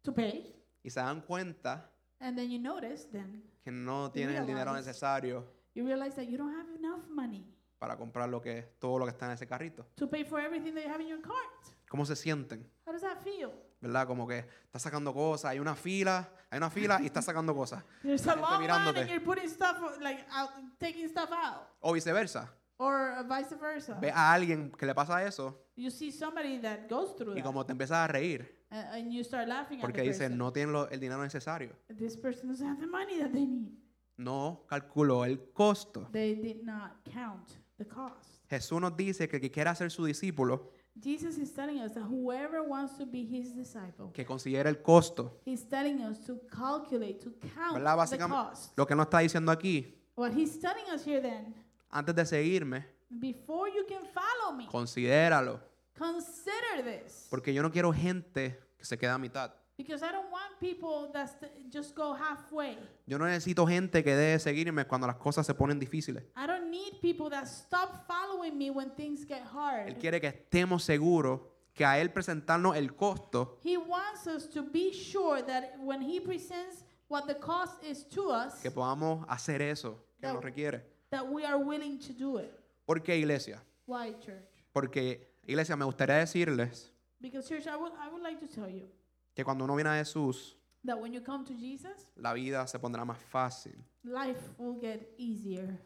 Speaker 1: to pay,
Speaker 2: y se dan cuenta
Speaker 1: and then you notice then
Speaker 2: que no tienen el dinero
Speaker 1: Realize.
Speaker 2: necesario
Speaker 1: you realize that you don't have enough money
Speaker 2: para comprar lo que, todo lo que está en ese carrito.
Speaker 1: to pay for everything that you have in your cart.
Speaker 2: ¿Cómo se sienten?
Speaker 1: How does that feel?
Speaker 2: ¿Verdad? Como que está sacando cosas, hay una fila, hay una fila y está sacando cosas.
Speaker 1: There's a
Speaker 2: Gente
Speaker 1: long line
Speaker 2: mirándote.
Speaker 1: and you're putting stuff uh, like out, taking stuff out,
Speaker 2: O viceversa.
Speaker 1: or uh, vice versa.
Speaker 2: Ve a alguien que le pasa eso
Speaker 1: You see somebody that goes through
Speaker 2: y
Speaker 1: that,
Speaker 2: como te empiezas a reír
Speaker 1: a- and you start laughing at
Speaker 2: porque
Speaker 1: the
Speaker 2: dices,
Speaker 1: person.
Speaker 2: no tienen lo- el dinero necesario.
Speaker 1: This person doesn't have the money that they need.
Speaker 2: No calculó el costo.
Speaker 1: They did not count the cost.
Speaker 2: Jesús nos dice que el que quiera ser su discípulo,
Speaker 1: Jesus is telling us that whoever wants to be his disciple,
Speaker 2: que considere el costo.
Speaker 1: he's telling us to calculate, to count
Speaker 2: ¿Verdad?
Speaker 1: the
Speaker 2: Básicamente,
Speaker 1: cost.
Speaker 2: lo que nos está diciendo aquí,
Speaker 1: What he's telling us here then,
Speaker 2: antes de seguirme,
Speaker 1: before you can follow me,
Speaker 2: considéralo.
Speaker 1: consider this.
Speaker 2: Porque yo no quiero gente que se quede a mitad.
Speaker 1: Because I don't want people that st- just go halfway.
Speaker 2: Yo no necesito gente que deje de seguirme cuando las cosas se ponen difíciles.
Speaker 1: I don't need people that stop following me when things get hard.
Speaker 2: Él quiere que estemos seguros que a Él presentarnos el costo,
Speaker 1: He wants us to be sure that when he presents what the cost is to us,
Speaker 2: que podamos hacer eso que
Speaker 1: No.
Speaker 2: nos requiere.
Speaker 1: that we are willing to do it.
Speaker 2: ¿Por qué iglesia?
Speaker 1: Why, church?
Speaker 2: Porque iglesia, me gustaría decirles
Speaker 1: Because, church, I would, I would like to tell you
Speaker 2: que cuando uno viene a Jesús,
Speaker 1: that when you come to Jesus,
Speaker 2: la vida se pondrá más fácil.
Speaker 1: life will get easier.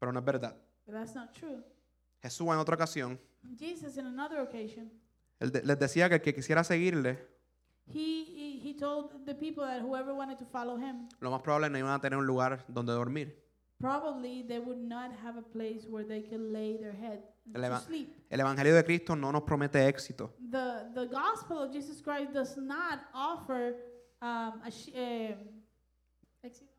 Speaker 2: pero no es verdad.
Speaker 1: But that's not true.
Speaker 2: Jesús en otra ocasión
Speaker 1: Jesus, in another occasion,
Speaker 2: él de- les decía que el que quisiera seguirle,
Speaker 1: he, he, he told the people that whoever wanted to follow him,
Speaker 2: lo más probable no iban a tener un lugar donde dormir.
Speaker 1: probably they would not have a place where they could lay their head to
Speaker 2: Eleva-
Speaker 1: sleep.
Speaker 2: El Evangelio de Cristo no nos promete éxito,
Speaker 1: The, the gospel of Jesus Christ does not offer um, a, sh- um, excuse-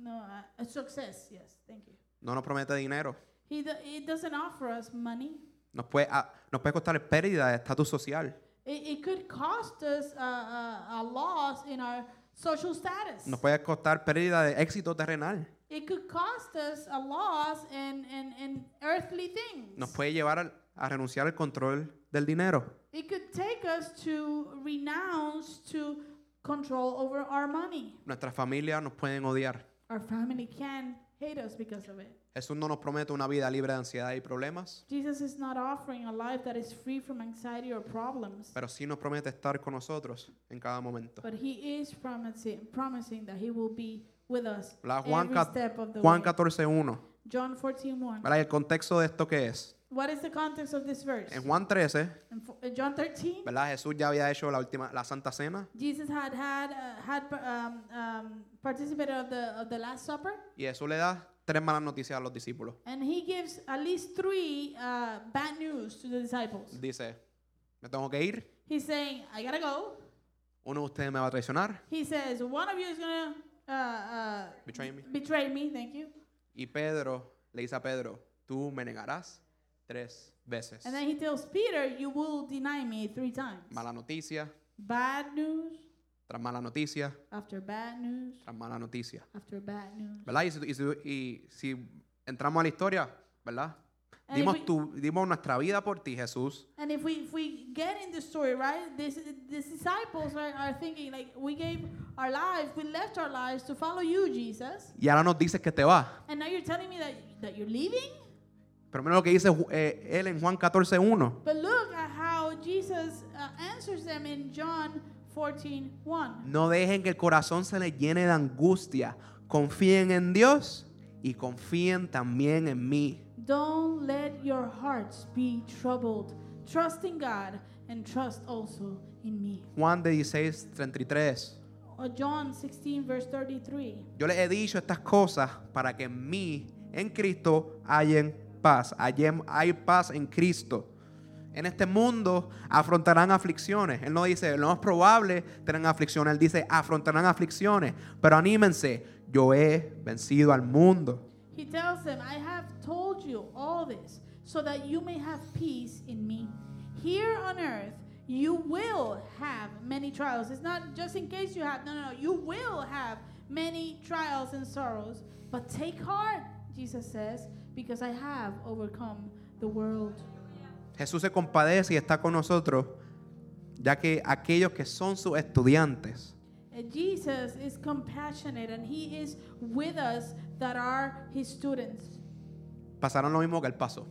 Speaker 1: no, uh, a success. Yes, thank you.
Speaker 2: no nos promete dinero.
Speaker 1: He do, it doesn't offer us money.
Speaker 2: Nos puede, ah, nos puede costar pérdida de estatus social.
Speaker 1: It, it could cost us uh, uh, a loss in our social status.
Speaker 2: Nos puede costar pérdida de éxito terrenal.
Speaker 1: It could cost us a loss in, in, in earthly things.
Speaker 2: Nos puede llevar al- a renunciar al control del dinero.
Speaker 1: It could take us to renounce to control over our money.
Speaker 2: Nuestras familias nos pueden odiar.
Speaker 1: Our family can hate us because of it.
Speaker 2: Jesús no nos promete una vida libre de ansiedad y problemas,
Speaker 1: Jesus is not offering a life that is free from anxiety or problems,
Speaker 2: pero sí nos promete estar con nosotros en cada momento.
Speaker 1: but he is promising, promising that he will be with us
Speaker 2: La Juan,
Speaker 1: every
Speaker 2: cat-
Speaker 1: step of the
Speaker 2: Juan
Speaker 1: way.
Speaker 2: 14.1.
Speaker 1: John 14:1.
Speaker 2: ¿verdad? ¿Y ¿El contexto de esto qué es?
Speaker 1: What is the context of this verse?
Speaker 2: En Juan 13,
Speaker 1: In fo- in John 13,
Speaker 2: ¿verdad? Jesús ya había hecho la última, la Santa Cena,
Speaker 1: Jesus had had uh, had um, um, participated of the of the Last Supper,
Speaker 2: y Jesús le da tres malas noticias a los discípulos.
Speaker 1: and he gives at least three uh, bad news to the disciples.
Speaker 2: Dice, me tengo que ir,
Speaker 1: He's saying, "I gotta go."
Speaker 2: uno de ustedes me va a traicionar,
Speaker 1: He says, "One of you is gonna uh, uh,
Speaker 2: Betray me.
Speaker 1: Betray me. Thank you.
Speaker 2: y Pedro le dice a Pedro, tú me negarás tres veces.
Speaker 1: And then he tells Peter, "You will deny me three times."
Speaker 2: Mala noticia,
Speaker 1: Bad news
Speaker 2: tras mala noticia,
Speaker 1: after bad news
Speaker 2: tras mala noticia.
Speaker 1: after bad news.
Speaker 2: ¿Verdad? Y si, y si- y si entramos a la historia, ¿verdad?
Speaker 1: And if
Speaker 2: Dimos,
Speaker 1: we-
Speaker 2: tu- dimos nuestra vida por ti, Jesús.
Speaker 1: And if we if we get in the story, right, this the disciples are, are thinking like we gave our lives, we left our lives to follow you, Jesus.
Speaker 2: Y ahora nos dices que te vas.
Speaker 1: And now you're telling me that that you're leaving?
Speaker 2: Pero mira lo que dice Ju- eh, él en Juan 14.1.
Speaker 1: But look at how Jesus uh, answers them in John 14, 1.
Speaker 2: No dejen que el corazón se les llene de angustia. Confíen en Dios y confíen también en mí.
Speaker 1: Don't let your hearts be troubled. Trust in God and trust also in me.
Speaker 2: Juan 16.33.
Speaker 1: Or John 16, verse 33.
Speaker 2: Yo les he dicho estas cosas para que en mí, en Cristo, hayan paz. Hallen- hay paz en Cristo. En este mundo afrontarán aflicciones. Él no dice, lo más probable tendrán aflicciones. Él dice, afrontarán aflicciones. Pero anímense, yo he vencido al mundo.
Speaker 1: He tells them, I have told you all this so that you may have peace in me. Here on earth, you will have many trials. It's not just in case you have, no, no, no. You will have many trials and sorrows. But take heart, Jesus says, because I have overcome the world.
Speaker 2: Jesús se compadece y está con nosotros, ya que aquellos que son sus estudiantes,
Speaker 1: And Uh, Jesus is compassionate and he is with us that are his students.
Speaker 2: pasarán lo mismo que él pasó.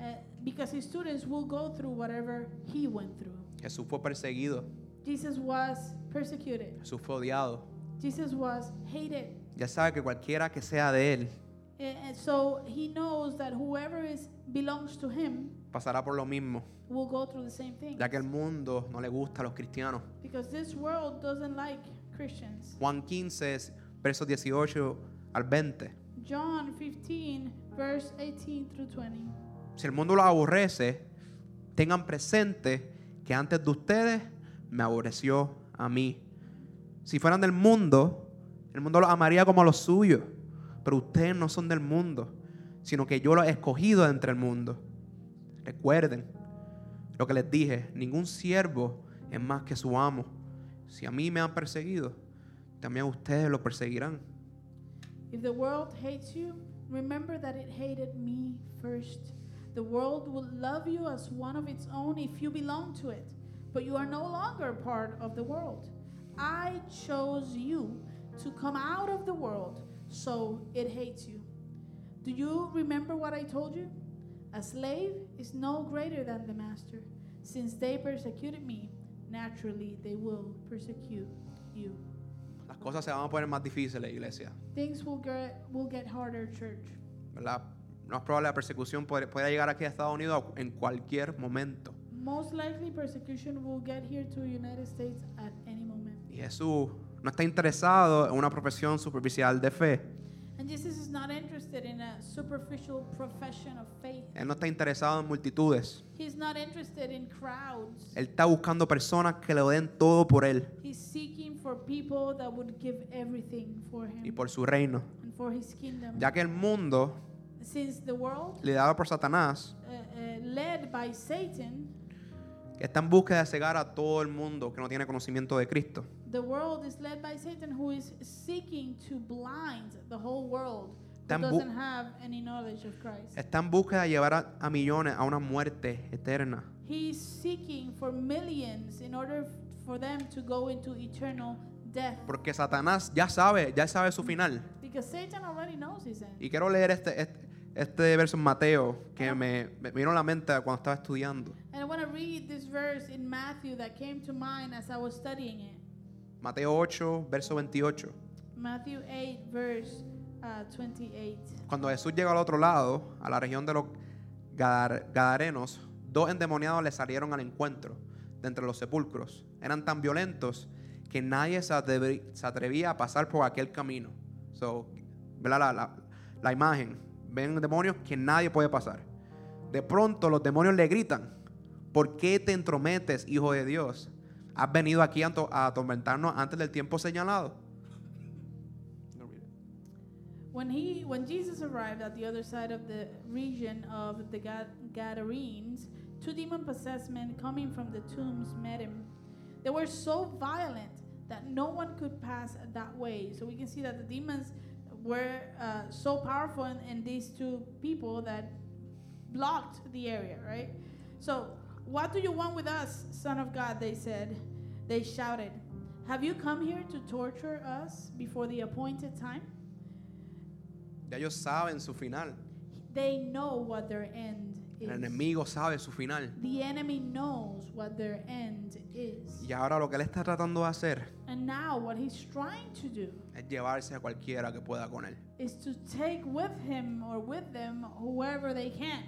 Speaker 1: Uh, because his students will go through whatever he went through.
Speaker 2: Jesús fue perseguido,
Speaker 1: Jesus was persecuted.
Speaker 2: Jesús fue odiado.
Speaker 1: Jesus was hated.
Speaker 2: Ya sabe que cualquiera que sea de él,
Speaker 1: A- And so he knows that whoever is belongs to him
Speaker 2: pasará por lo mismo,
Speaker 1: will go through the same thing.
Speaker 2: ya que el mundo no le gusta a los cristianos.
Speaker 1: Because this world doesn't like Christians.
Speaker 2: Juan 15, versos 18 al 20.
Speaker 1: John 15, verse 18 through 20.
Speaker 2: Si el mundo los aborrece, tengan presente que antes de ustedes me aborreció a mí. Si fueran del mundo, el mundo los amaría como a los suyos, pero ustedes no son del mundo, sino que yo los he escogido de entre el mundo. Recuerden lo que les dije, ningún siervo es más que su amo. Si a mí me han perseguido, también a ustedes lo perseguirán.
Speaker 1: If the world hates you, remember that it hated me first. The world will love you as one of its own if you belong to it, but you are no longer part of the world. I chose you to come out of the world, so it hates you. Do you remember what I told you? A slave is no greater than the master. Since they persecuted me, naturally they will persecute you.
Speaker 2: Las cosas se van a poner más difíciles, iglesia.
Speaker 1: Things will get, will get harder, church.
Speaker 2: ¿verdad? Lo más probable la persecución puede, puede llegar aquí a Estados Unidos en cualquier momento.
Speaker 1: Most likely, persecution will get here to United States at any moment.
Speaker 2: Y Jesús no está interesado en una profesión superficial de fe.
Speaker 1: And Jesus is not interested in a superficial profession of faith.
Speaker 2: Él no está interesado en multitudes.
Speaker 1: He's not interested in crowds.
Speaker 2: Él está buscando personas que le den todo por Él
Speaker 1: He's seeking for people that would give everything for him
Speaker 2: y por su reino.
Speaker 1: and for his kingdom.
Speaker 2: Ya que el mundo,
Speaker 1: Since the world,
Speaker 2: liderado por Satanás,
Speaker 1: uh, uh, led by Satan,
Speaker 2: está en búsqueda de cegar a todo el mundo que no tiene conocimiento de Cristo.
Speaker 1: the world is led by Satan who is seeking to blind the whole world who
Speaker 2: Tan bu-
Speaker 1: doesn't have any knowledge of Christ.
Speaker 2: Está en búsqueda de llevar a, a millones a una muerte eterna.
Speaker 1: He's seeking for millions in order f- for them to go into eternal death.
Speaker 2: Porque Satanás ya sabe, ya sabe su final.
Speaker 1: Because Satan already knows his end.
Speaker 2: Y quiero leer este, este, este verso en Mateo que me, me vino a la mente cuando estaba estudiando.
Speaker 1: And I want to read this verse in Matthew that came to mind as I was studying it.
Speaker 2: Mateo 8, verso 28.
Speaker 1: Matthew 8, verse uh, 28.
Speaker 2: Cuando Jesús llegó al otro lado, a la región de los Gadar- Gadarenos, dos endemoniados le salieron al encuentro de entre los sepulcros. Eran tan violentos que nadie se, atrevi- se atrevía a pasar por aquel camino. So, ¿verdad? La, la- la imagen. Ven demonios que nadie puede pasar. De pronto los demonios le gritan, ¿por qué te entrometes, hijo de Dios? ¿Has venido aquí a ato- a atormentarnos antes del tiempo señalado?
Speaker 1: When he, when Jesus arrived at the other side of the region of the Ga- Gadarenes, two demon-possessed men coming from the tombs met him. They were so violent that no one could pass that way. So we can see that the demons were uh, so powerful in, in these two people that blocked the area, right? So, what do you want with us, Son of God? They said. They shouted, Have you come here to torture us before the appointed time?
Speaker 2: Ya ellos saben su final.
Speaker 1: They know what their end is.
Speaker 2: El enemigo sabe su final.
Speaker 1: The enemy knows what their end is.
Speaker 2: Y ahora lo que él está tratando de hacer
Speaker 1: And now, what he's trying to do
Speaker 2: es llevarse a cualquiera que pueda con él.
Speaker 1: is to take with him or with them whoever they can.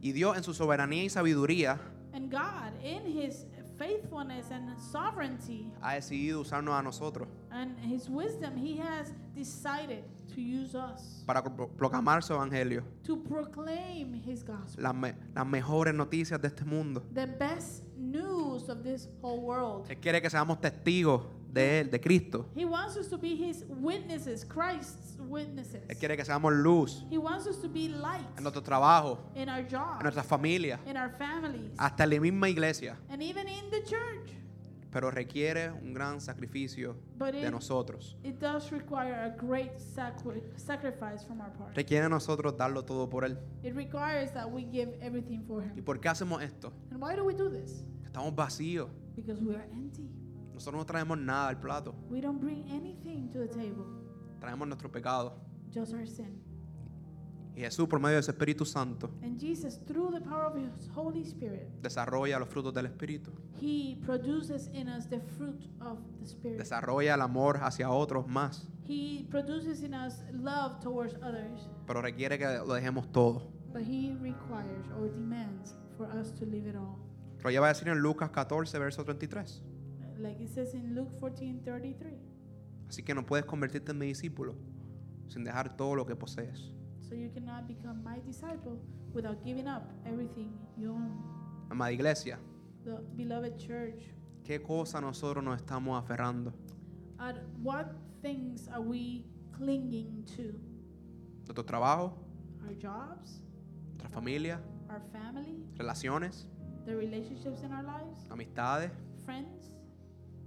Speaker 2: Y Dios en su soberanía y sabiduría
Speaker 1: And God, in his faithfulness and sovereignty,
Speaker 2: ha decidido usarnos a nosotros
Speaker 1: And his wisdom, he has decided to use us
Speaker 2: para pro- proclamar su evangelio,
Speaker 1: to proclaim his gospel,
Speaker 2: las, me- las mejores noticias de este mundo.
Speaker 1: the best news of this whole world.
Speaker 2: Él quiere que seamos testigos de él, de Cristo.
Speaker 1: He wants us to be his witnesses, Christ's witnesses.
Speaker 2: Él quiere que seamos luz
Speaker 1: He wants us to be light
Speaker 2: en nuestro trabajo,
Speaker 1: in our
Speaker 2: en
Speaker 1: jobs,
Speaker 2: nuestras familias,
Speaker 1: in our families,
Speaker 2: hasta en la misma iglesia.
Speaker 1: and even in the church.
Speaker 2: Pero requiere un gran sacrificio
Speaker 1: But
Speaker 2: de
Speaker 1: it,
Speaker 2: nosotros.
Speaker 1: it does require a great sacri- sacrifice from our part.
Speaker 2: Requiere a nosotros darlo todo por Él.
Speaker 1: It requires that we give everything for
Speaker 2: ¿Y
Speaker 1: him.
Speaker 2: por qué hacemos esto?
Speaker 1: And why do we do this?
Speaker 2: Estamos vacíos.
Speaker 1: Because we are empty.
Speaker 2: Nosotros no traemos nada al plato,
Speaker 1: We don't bring anything to the table,
Speaker 2: traemos nuestro pecado.
Speaker 1: just our sin.
Speaker 2: Y Jesús, por medio de su Espíritu Santo,
Speaker 1: And Jesus, through the power of His Holy Spirit,
Speaker 2: desarrolla los frutos del Espíritu,
Speaker 1: He produces in us the fruit of the Spirit.
Speaker 2: desarrolla el amor hacia otros más,
Speaker 1: He produces in us love towards others,
Speaker 2: pero requiere que lo dejemos todo.
Speaker 1: but He requires or demands for us to leave it all.
Speaker 2: Lo lleva a decir en Lucas 14, verso 33.
Speaker 1: Like it says in Luke 14 33.
Speaker 2: Así que no puedes convertirte en mi discípulo sin dejar todo lo que posees.
Speaker 1: So you cannot become my disciple without giving up everything you own.
Speaker 2: Amada iglesia,
Speaker 1: The beloved church,
Speaker 2: ¿qué cosa nosotros nos estamos aferrando?
Speaker 1: at what things are we clinging to?
Speaker 2: ¿Nuestro trabajo?
Speaker 1: Our jobs?
Speaker 2: ¿Nuestra familia?
Speaker 1: Our family?
Speaker 2: ¿Relaciones?
Speaker 1: the relationships in our lives,
Speaker 2: ¿Amistades?
Speaker 1: friends.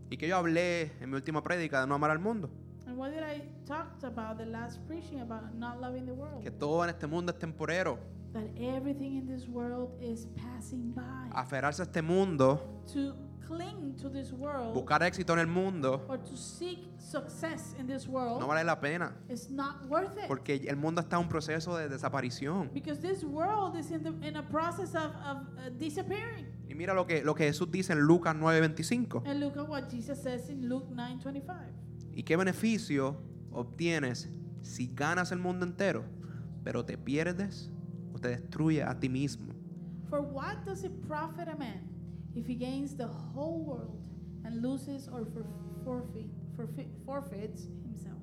Speaker 2: ¿Y que yo hablé en mi última prédica de no amar al mundo?
Speaker 1: And what did I talked about the last preaching about not loving the world?
Speaker 2: Que todo en este mundo es temporero.
Speaker 1: That everything in this world is passing by.
Speaker 2: Aferrarse a este mundo,
Speaker 1: To cling to this world
Speaker 2: buscar éxito en el mundo,
Speaker 1: or to seek success in this
Speaker 2: no
Speaker 1: world
Speaker 2: vale la pena.
Speaker 1: is not worth it.
Speaker 2: Porque el mundo está en un proceso de desaparición.
Speaker 1: Because this world is in the in a process of, of uh, disappearing.
Speaker 2: Y mira lo que, lo que Jesús dice en Lucas 9:25.
Speaker 1: And look at what Jesus says in Luke 9:25.
Speaker 2: ¿Y qué beneficio obtienes si ganas el mundo entero, pero te pierdes o te destruyes a ti mismo?
Speaker 1: For what does it profit a man if he gains the whole world and loses or for- forfeit, forfeit, forfeits himself?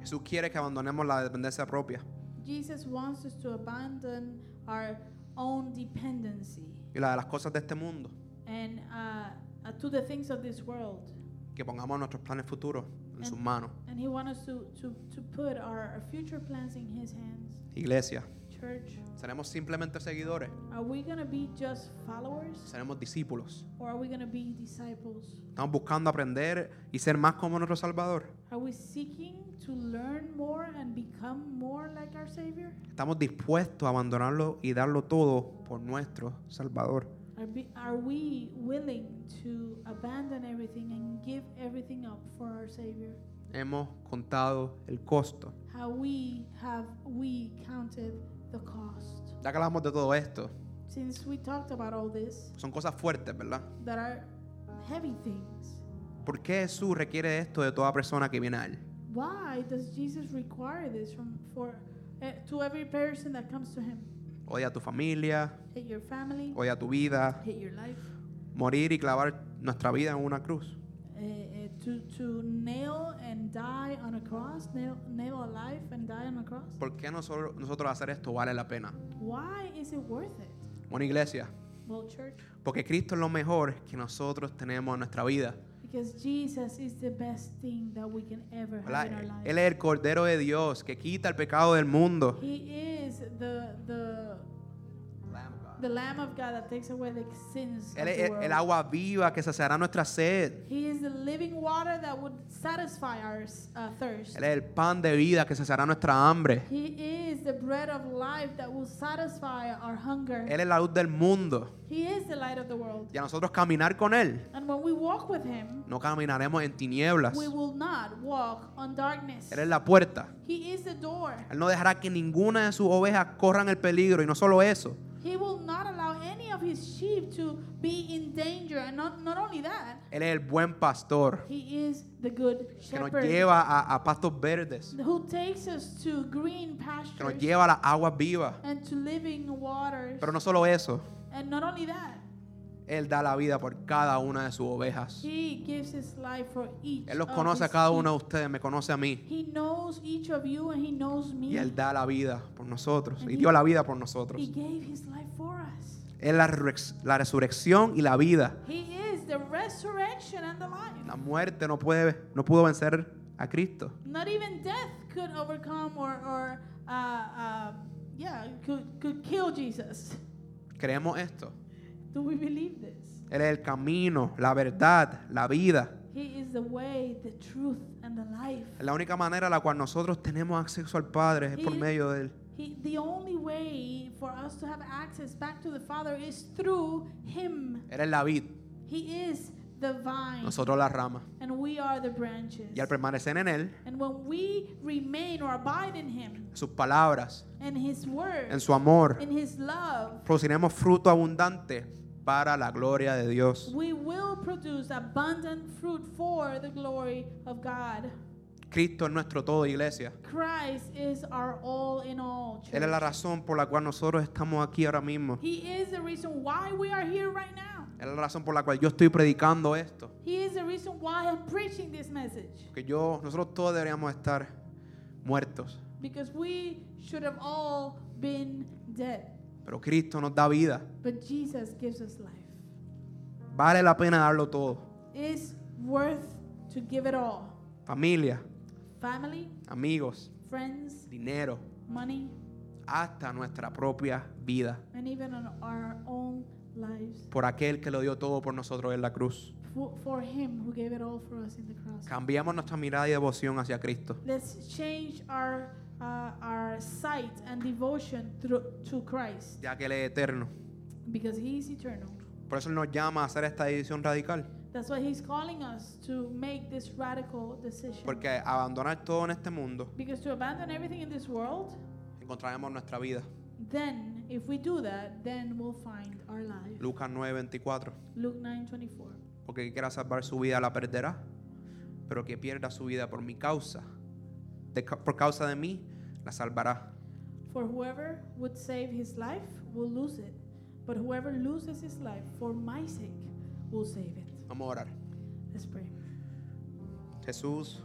Speaker 2: Jesús quiere que abandonemos la dependencia propia
Speaker 1: Jesus wants us to abandon our own dependency
Speaker 2: y la de las cosas de este mundo,
Speaker 1: and uh, uh, to the things of this world.
Speaker 2: que pongamos nuestros planes futuros en sus manos.
Speaker 1: And he wants us to, to, to put our, our future plans in his hands.
Speaker 2: Iglesia,
Speaker 1: Church,
Speaker 2: seremos simplemente seguidores,
Speaker 1: are we going to be just followers
Speaker 2: seremos discípulos.
Speaker 1: or are we going to be disciples?
Speaker 2: Estamos buscando aprender y ser más como nuestro Salvador.
Speaker 1: Are we seeking to learn more and become more like our Savior?
Speaker 2: Estamos dispuestos a abandonarlo y darlo todo por nuestro Salvador.
Speaker 1: Are, be, are we willing to abandon everything and give everything up for our Savior?
Speaker 2: Hemos contado el costo.
Speaker 1: How we have we counted the cost?
Speaker 2: Ya que hablamos de todo esto,
Speaker 1: Since we talked about all this,
Speaker 2: son cosas fuertes, ¿verdad?
Speaker 1: that are heavy things.
Speaker 2: ¿Por qué Jesús requiere esto de toda persona que viene a Él?
Speaker 1: Why does Jesus require this from for eh, to every person that comes to him?
Speaker 2: Odia a tu familia,
Speaker 1: Hate your family,
Speaker 2: odia tu vida,
Speaker 1: hate your life,
Speaker 2: morir y clavar nuestra vida en una cruz.
Speaker 1: eh, eh, to to nail and die on a cross, nail nail a life and die on a cross.
Speaker 2: ¿Por qué nosotros, nosotros hacer esto vale la pena?
Speaker 1: Why is it worth it?
Speaker 2: Bueno, iglesia,
Speaker 1: Well, church,
Speaker 2: porque Cristo es lo mejor que nosotros tenemos en nuestra vida.
Speaker 1: because Jesus is the best thing that we can ever have in our
Speaker 2: ¿verdad?
Speaker 1: life.
Speaker 2: eh, Él es el Cordero de Dios que quita el pecado del mundo.
Speaker 1: He is the the the Lamb of God that takes away the sins of
Speaker 2: Él es
Speaker 1: the
Speaker 2: el,
Speaker 1: world.
Speaker 2: el agua viva que saciará nuestra sed.
Speaker 1: He is the living water that would satisfy our uh, thirst.
Speaker 2: Él es el pan de vida que saciará nuestra hambre.
Speaker 1: He is the bread of life that will satisfy our hunger.
Speaker 2: Él es la luz del mundo.
Speaker 1: He is the light of the world.
Speaker 2: Y a nosotros caminar con Él,
Speaker 1: And when we walk with Him,
Speaker 2: no caminaremos en tinieblas.
Speaker 1: we will not walk on darkness.
Speaker 2: Él es la puerta.
Speaker 1: He is the door.
Speaker 2: Él no dejará que ninguna de sus ovejas corran el peligro. Y no solo eso,
Speaker 1: He will not allow any of His sheep to be in danger. And not, not only that,
Speaker 2: Él es el buen pastor
Speaker 1: He is the good
Speaker 2: que nos
Speaker 1: shepherd
Speaker 2: lleva a, a pastos verdes,
Speaker 1: who takes us to green
Speaker 2: que nos
Speaker 1: pastures
Speaker 2: lleva a las aguas vivas.
Speaker 1: and to living waters.
Speaker 2: Pero no solo eso,
Speaker 1: And not only that,
Speaker 2: Él da la vida por cada una de sus ovejas.
Speaker 1: He gives His life for each.
Speaker 2: Él los
Speaker 1: of
Speaker 2: conoce a
Speaker 1: his
Speaker 2: cada
Speaker 1: sheep.
Speaker 2: uno de ustedes, me conoce a mí.
Speaker 1: He knows each of you and he knows me.
Speaker 2: Y Él da la vida por nosotros.
Speaker 1: And
Speaker 2: Y
Speaker 1: he-
Speaker 2: dio la vida por
Speaker 1: He
Speaker 2: nosotros.
Speaker 1: gave his life for us.
Speaker 2: Es la, resurrec- la resurrección y la vida.
Speaker 1: He is the resurrection and the life.
Speaker 2: La muerte no, puede, no pudo vencer a Cristo.
Speaker 1: Not even death could overcome or, or uh, uh, yeah, could, could kill Jesus.
Speaker 2: Creemos esto.
Speaker 1: Do we believe this?
Speaker 2: Él es el camino, la verdad, la vida.
Speaker 1: He is the way, the truth, and the life.
Speaker 2: La única manera en la cual nosotros tenemos acceso al Padre es por
Speaker 1: Y-
Speaker 2: medio de Él.
Speaker 1: He, the only way for us to have access back to the Father is through Him.
Speaker 2: Él es la vid,
Speaker 1: He is the vine,
Speaker 2: nosotros la rama.
Speaker 1: and we are the branches.
Speaker 2: Y al permanecer en Él,
Speaker 1: And when we remain or abide in Him,
Speaker 2: en sus palabras,
Speaker 1: in His Word,
Speaker 2: en su amor,
Speaker 1: in His love,
Speaker 2: produciremos fruto abundante para la gloria de Dios.
Speaker 1: we will produce abundant fruit for the glory of God.
Speaker 2: Cristo es nuestro todo, iglesia.
Speaker 1: Christ is our all in all. Church.
Speaker 2: Él es la razón por la cual nosotros estamos aquí ahora mismo.
Speaker 1: He is the reason why we are here right now.
Speaker 2: Él es la razón por la cual yo estoy predicando esto.
Speaker 1: He is the reason why I'm preaching this message.
Speaker 2: Que yo, nosotros todos deberíamos estar muertos.
Speaker 1: Because we should have all been dead.
Speaker 2: Pero Cristo nos da vida.
Speaker 1: But Jesus gives us life.
Speaker 2: Vale la pena darlo todo.
Speaker 1: It's worth to give it all.
Speaker 2: Familia,
Speaker 1: Family,
Speaker 2: amigos,
Speaker 1: friends,
Speaker 2: dinero,
Speaker 1: money,
Speaker 2: hasta nuestra propia vida.
Speaker 1: and even on our own lives
Speaker 2: Por aquel que lo dio todo por nosotros en la cruz.
Speaker 1: for, for him who gave it all for us in the cross.
Speaker 2: Cambiamos nuestra mirada y devoción hacia Cristo.
Speaker 1: Let's change our uh, our sight and devotion through, to Christ
Speaker 2: Ya que Él es eterno.
Speaker 1: because he is eternal.
Speaker 2: Por eso Él nos llama a hacer esta decisión radical.
Speaker 1: That's why he's calling us to make this radical decision.
Speaker 2: Porque abandonar todo en este mundo,
Speaker 1: because to abandon everything in this world,
Speaker 2: encontraremos nuestra vida.
Speaker 1: then if we do that, then we'll find our life.
Speaker 2: Lucas 9:24.
Speaker 1: Luke 9:24.
Speaker 2: Porque el que quiera salvar su vida la perderá. pero que pierda su vida por mi causa, de ca- por causa de mí, la salvará.
Speaker 1: For whoever would save his life will lose it, but whoever loses his life for my sake will save it.
Speaker 2: Vamos a orar.
Speaker 1: Let's pray.
Speaker 2: Jesús,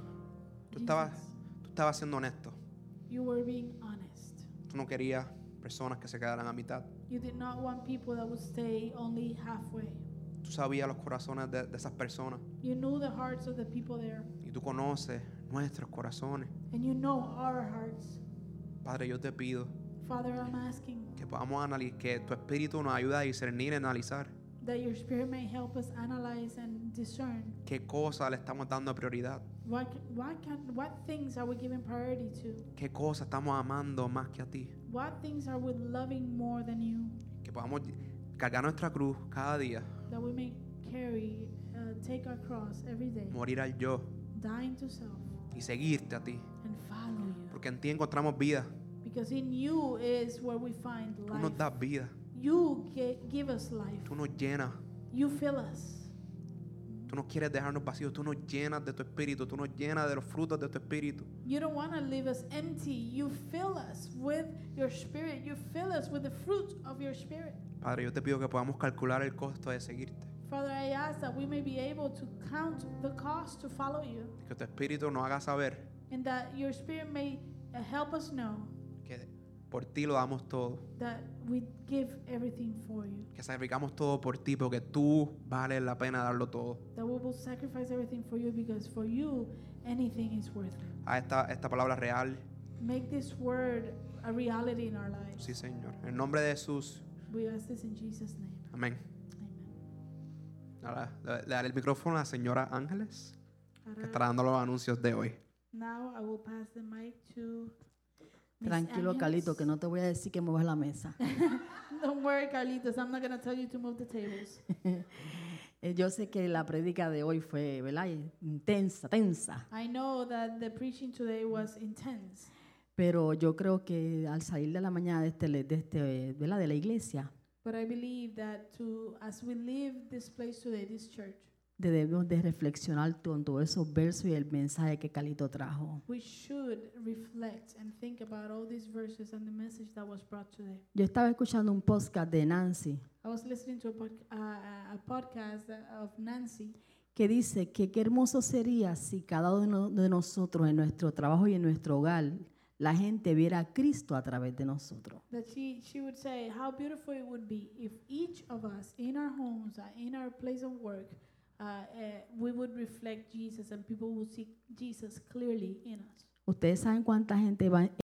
Speaker 2: tú estabas,
Speaker 1: Jesus,
Speaker 2: tú estabas siendo honesto.
Speaker 1: you were being honest.
Speaker 2: Tú no querías personas que se quedaran a mitad.
Speaker 1: You did not want people that would stay only halfway.
Speaker 2: Tú sabías los corazones de, de esas personas
Speaker 1: You knew the hearts of the people there,
Speaker 2: y tú conoces nuestros corazones.
Speaker 1: and you know our hearts.
Speaker 2: Padre, yo te pido
Speaker 1: Father, I'm asking
Speaker 2: que podamos analizar, que tu espíritu nos ayude a discernir y analizar
Speaker 1: that your spirit may help us analyze and discern
Speaker 2: qué cosas le estamos dando prioridad,
Speaker 1: what what can what things are we giving priority to?
Speaker 2: qué cosas estamos amando más que a ti.
Speaker 1: What things are we loving more than you?
Speaker 2: Que podamos cargar nuestra cruz cada día,
Speaker 1: That we may carry, uh, take our cross every day,
Speaker 2: morir al yo
Speaker 1: dying to self
Speaker 2: y seguirte a ti.
Speaker 1: and follow you.
Speaker 2: Porque en ti encontramos vida.
Speaker 1: Because in you is where we find
Speaker 2: Tú
Speaker 1: life.
Speaker 2: nos das vida.
Speaker 1: You gi- give us life.
Speaker 2: Tú nos llenas.
Speaker 1: You fill us.
Speaker 2: Tú no quieres dejarnos vacíos. Tú nos llenas de tu espíritu. Tú nos llenas de los frutos de tu espíritu.
Speaker 1: You don't want to leave us empty. You fill us with your spirit. You fill us with the fruit of your spirit.
Speaker 2: Padre, yo te pido que podamos calcular el costo de seguirte.
Speaker 1: Father, I ask that we may be able to count the cost to follow you
Speaker 2: Que tu espíritu nos haga saber
Speaker 1: and that your spirit may uh, help us know
Speaker 2: que por ti lo damos todo.
Speaker 1: that we give everything for you,
Speaker 2: Que sacrificamos todo por ti porque tú vales la pena darlo todo.
Speaker 1: that we will sacrifice everything for you because for you anything is worth it.
Speaker 2: A esta, esta palabra real.
Speaker 1: Make this word a reality in our lives.
Speaker 2: Sí, Señor. En el nombre de Jesús.
Speaker 1: We ask this in Jesus' name.
Speaker 2: Amén.
Speaker 1: Amen.
Speaker 2: Ahora le, le daré el micrófono a la señora Ángeles, que
Speaker 1: Ahora,
Speaker 2: estará dando los anuncios de hoy.
Speaker 1: Now I will pass the mic to Miss
Speaker 3: Tranquilo,
Speaker 1: Agnes.
Speaker 3: Carlito, que no te voy a decir que muevas la mesa.
Speaker 1: Don't worry, Carlitos. I'm not going to tell you to move the tables.
Speaker 3: Eh, Yo sé que la prédica de hoy fue, ¿verdad? Eh, Intensa, tensa.
Speaker 1: I know that the preaching today was intense.
Speaker 3: Pero yo creo que al salir de la mañana de, este, le- de, este, ¿verdad? de la iglesia,
Speaker 1: But I believe that to as we leave this place today, this church,
Speaker 3: debemos de reflexionar con todos esos versos y el mensaje que Carlito trajo.
Speaker 1: we should reflect and think about all these verses and the message that was brought today.
Speaker 3: Yo estaba escuchando un podcast de Nancy
Speaker 1: I was listening to a, pod, uh, a podcast of Nancy,
Speaker 3: que dice que qué hermoso sería si cada uno de nosotros en nuestro trabajo y en nuestro hogar la gente viera a Cristo a través de nosotros.
Speaker 1: that she, she would say how beautiful it would be if each of us in our homes, uh, in our place of work, uh, uh, we would reflect Jesus and people would see Jesus clearly in us.
Speaker 3: Ustedes saben cuánta gente va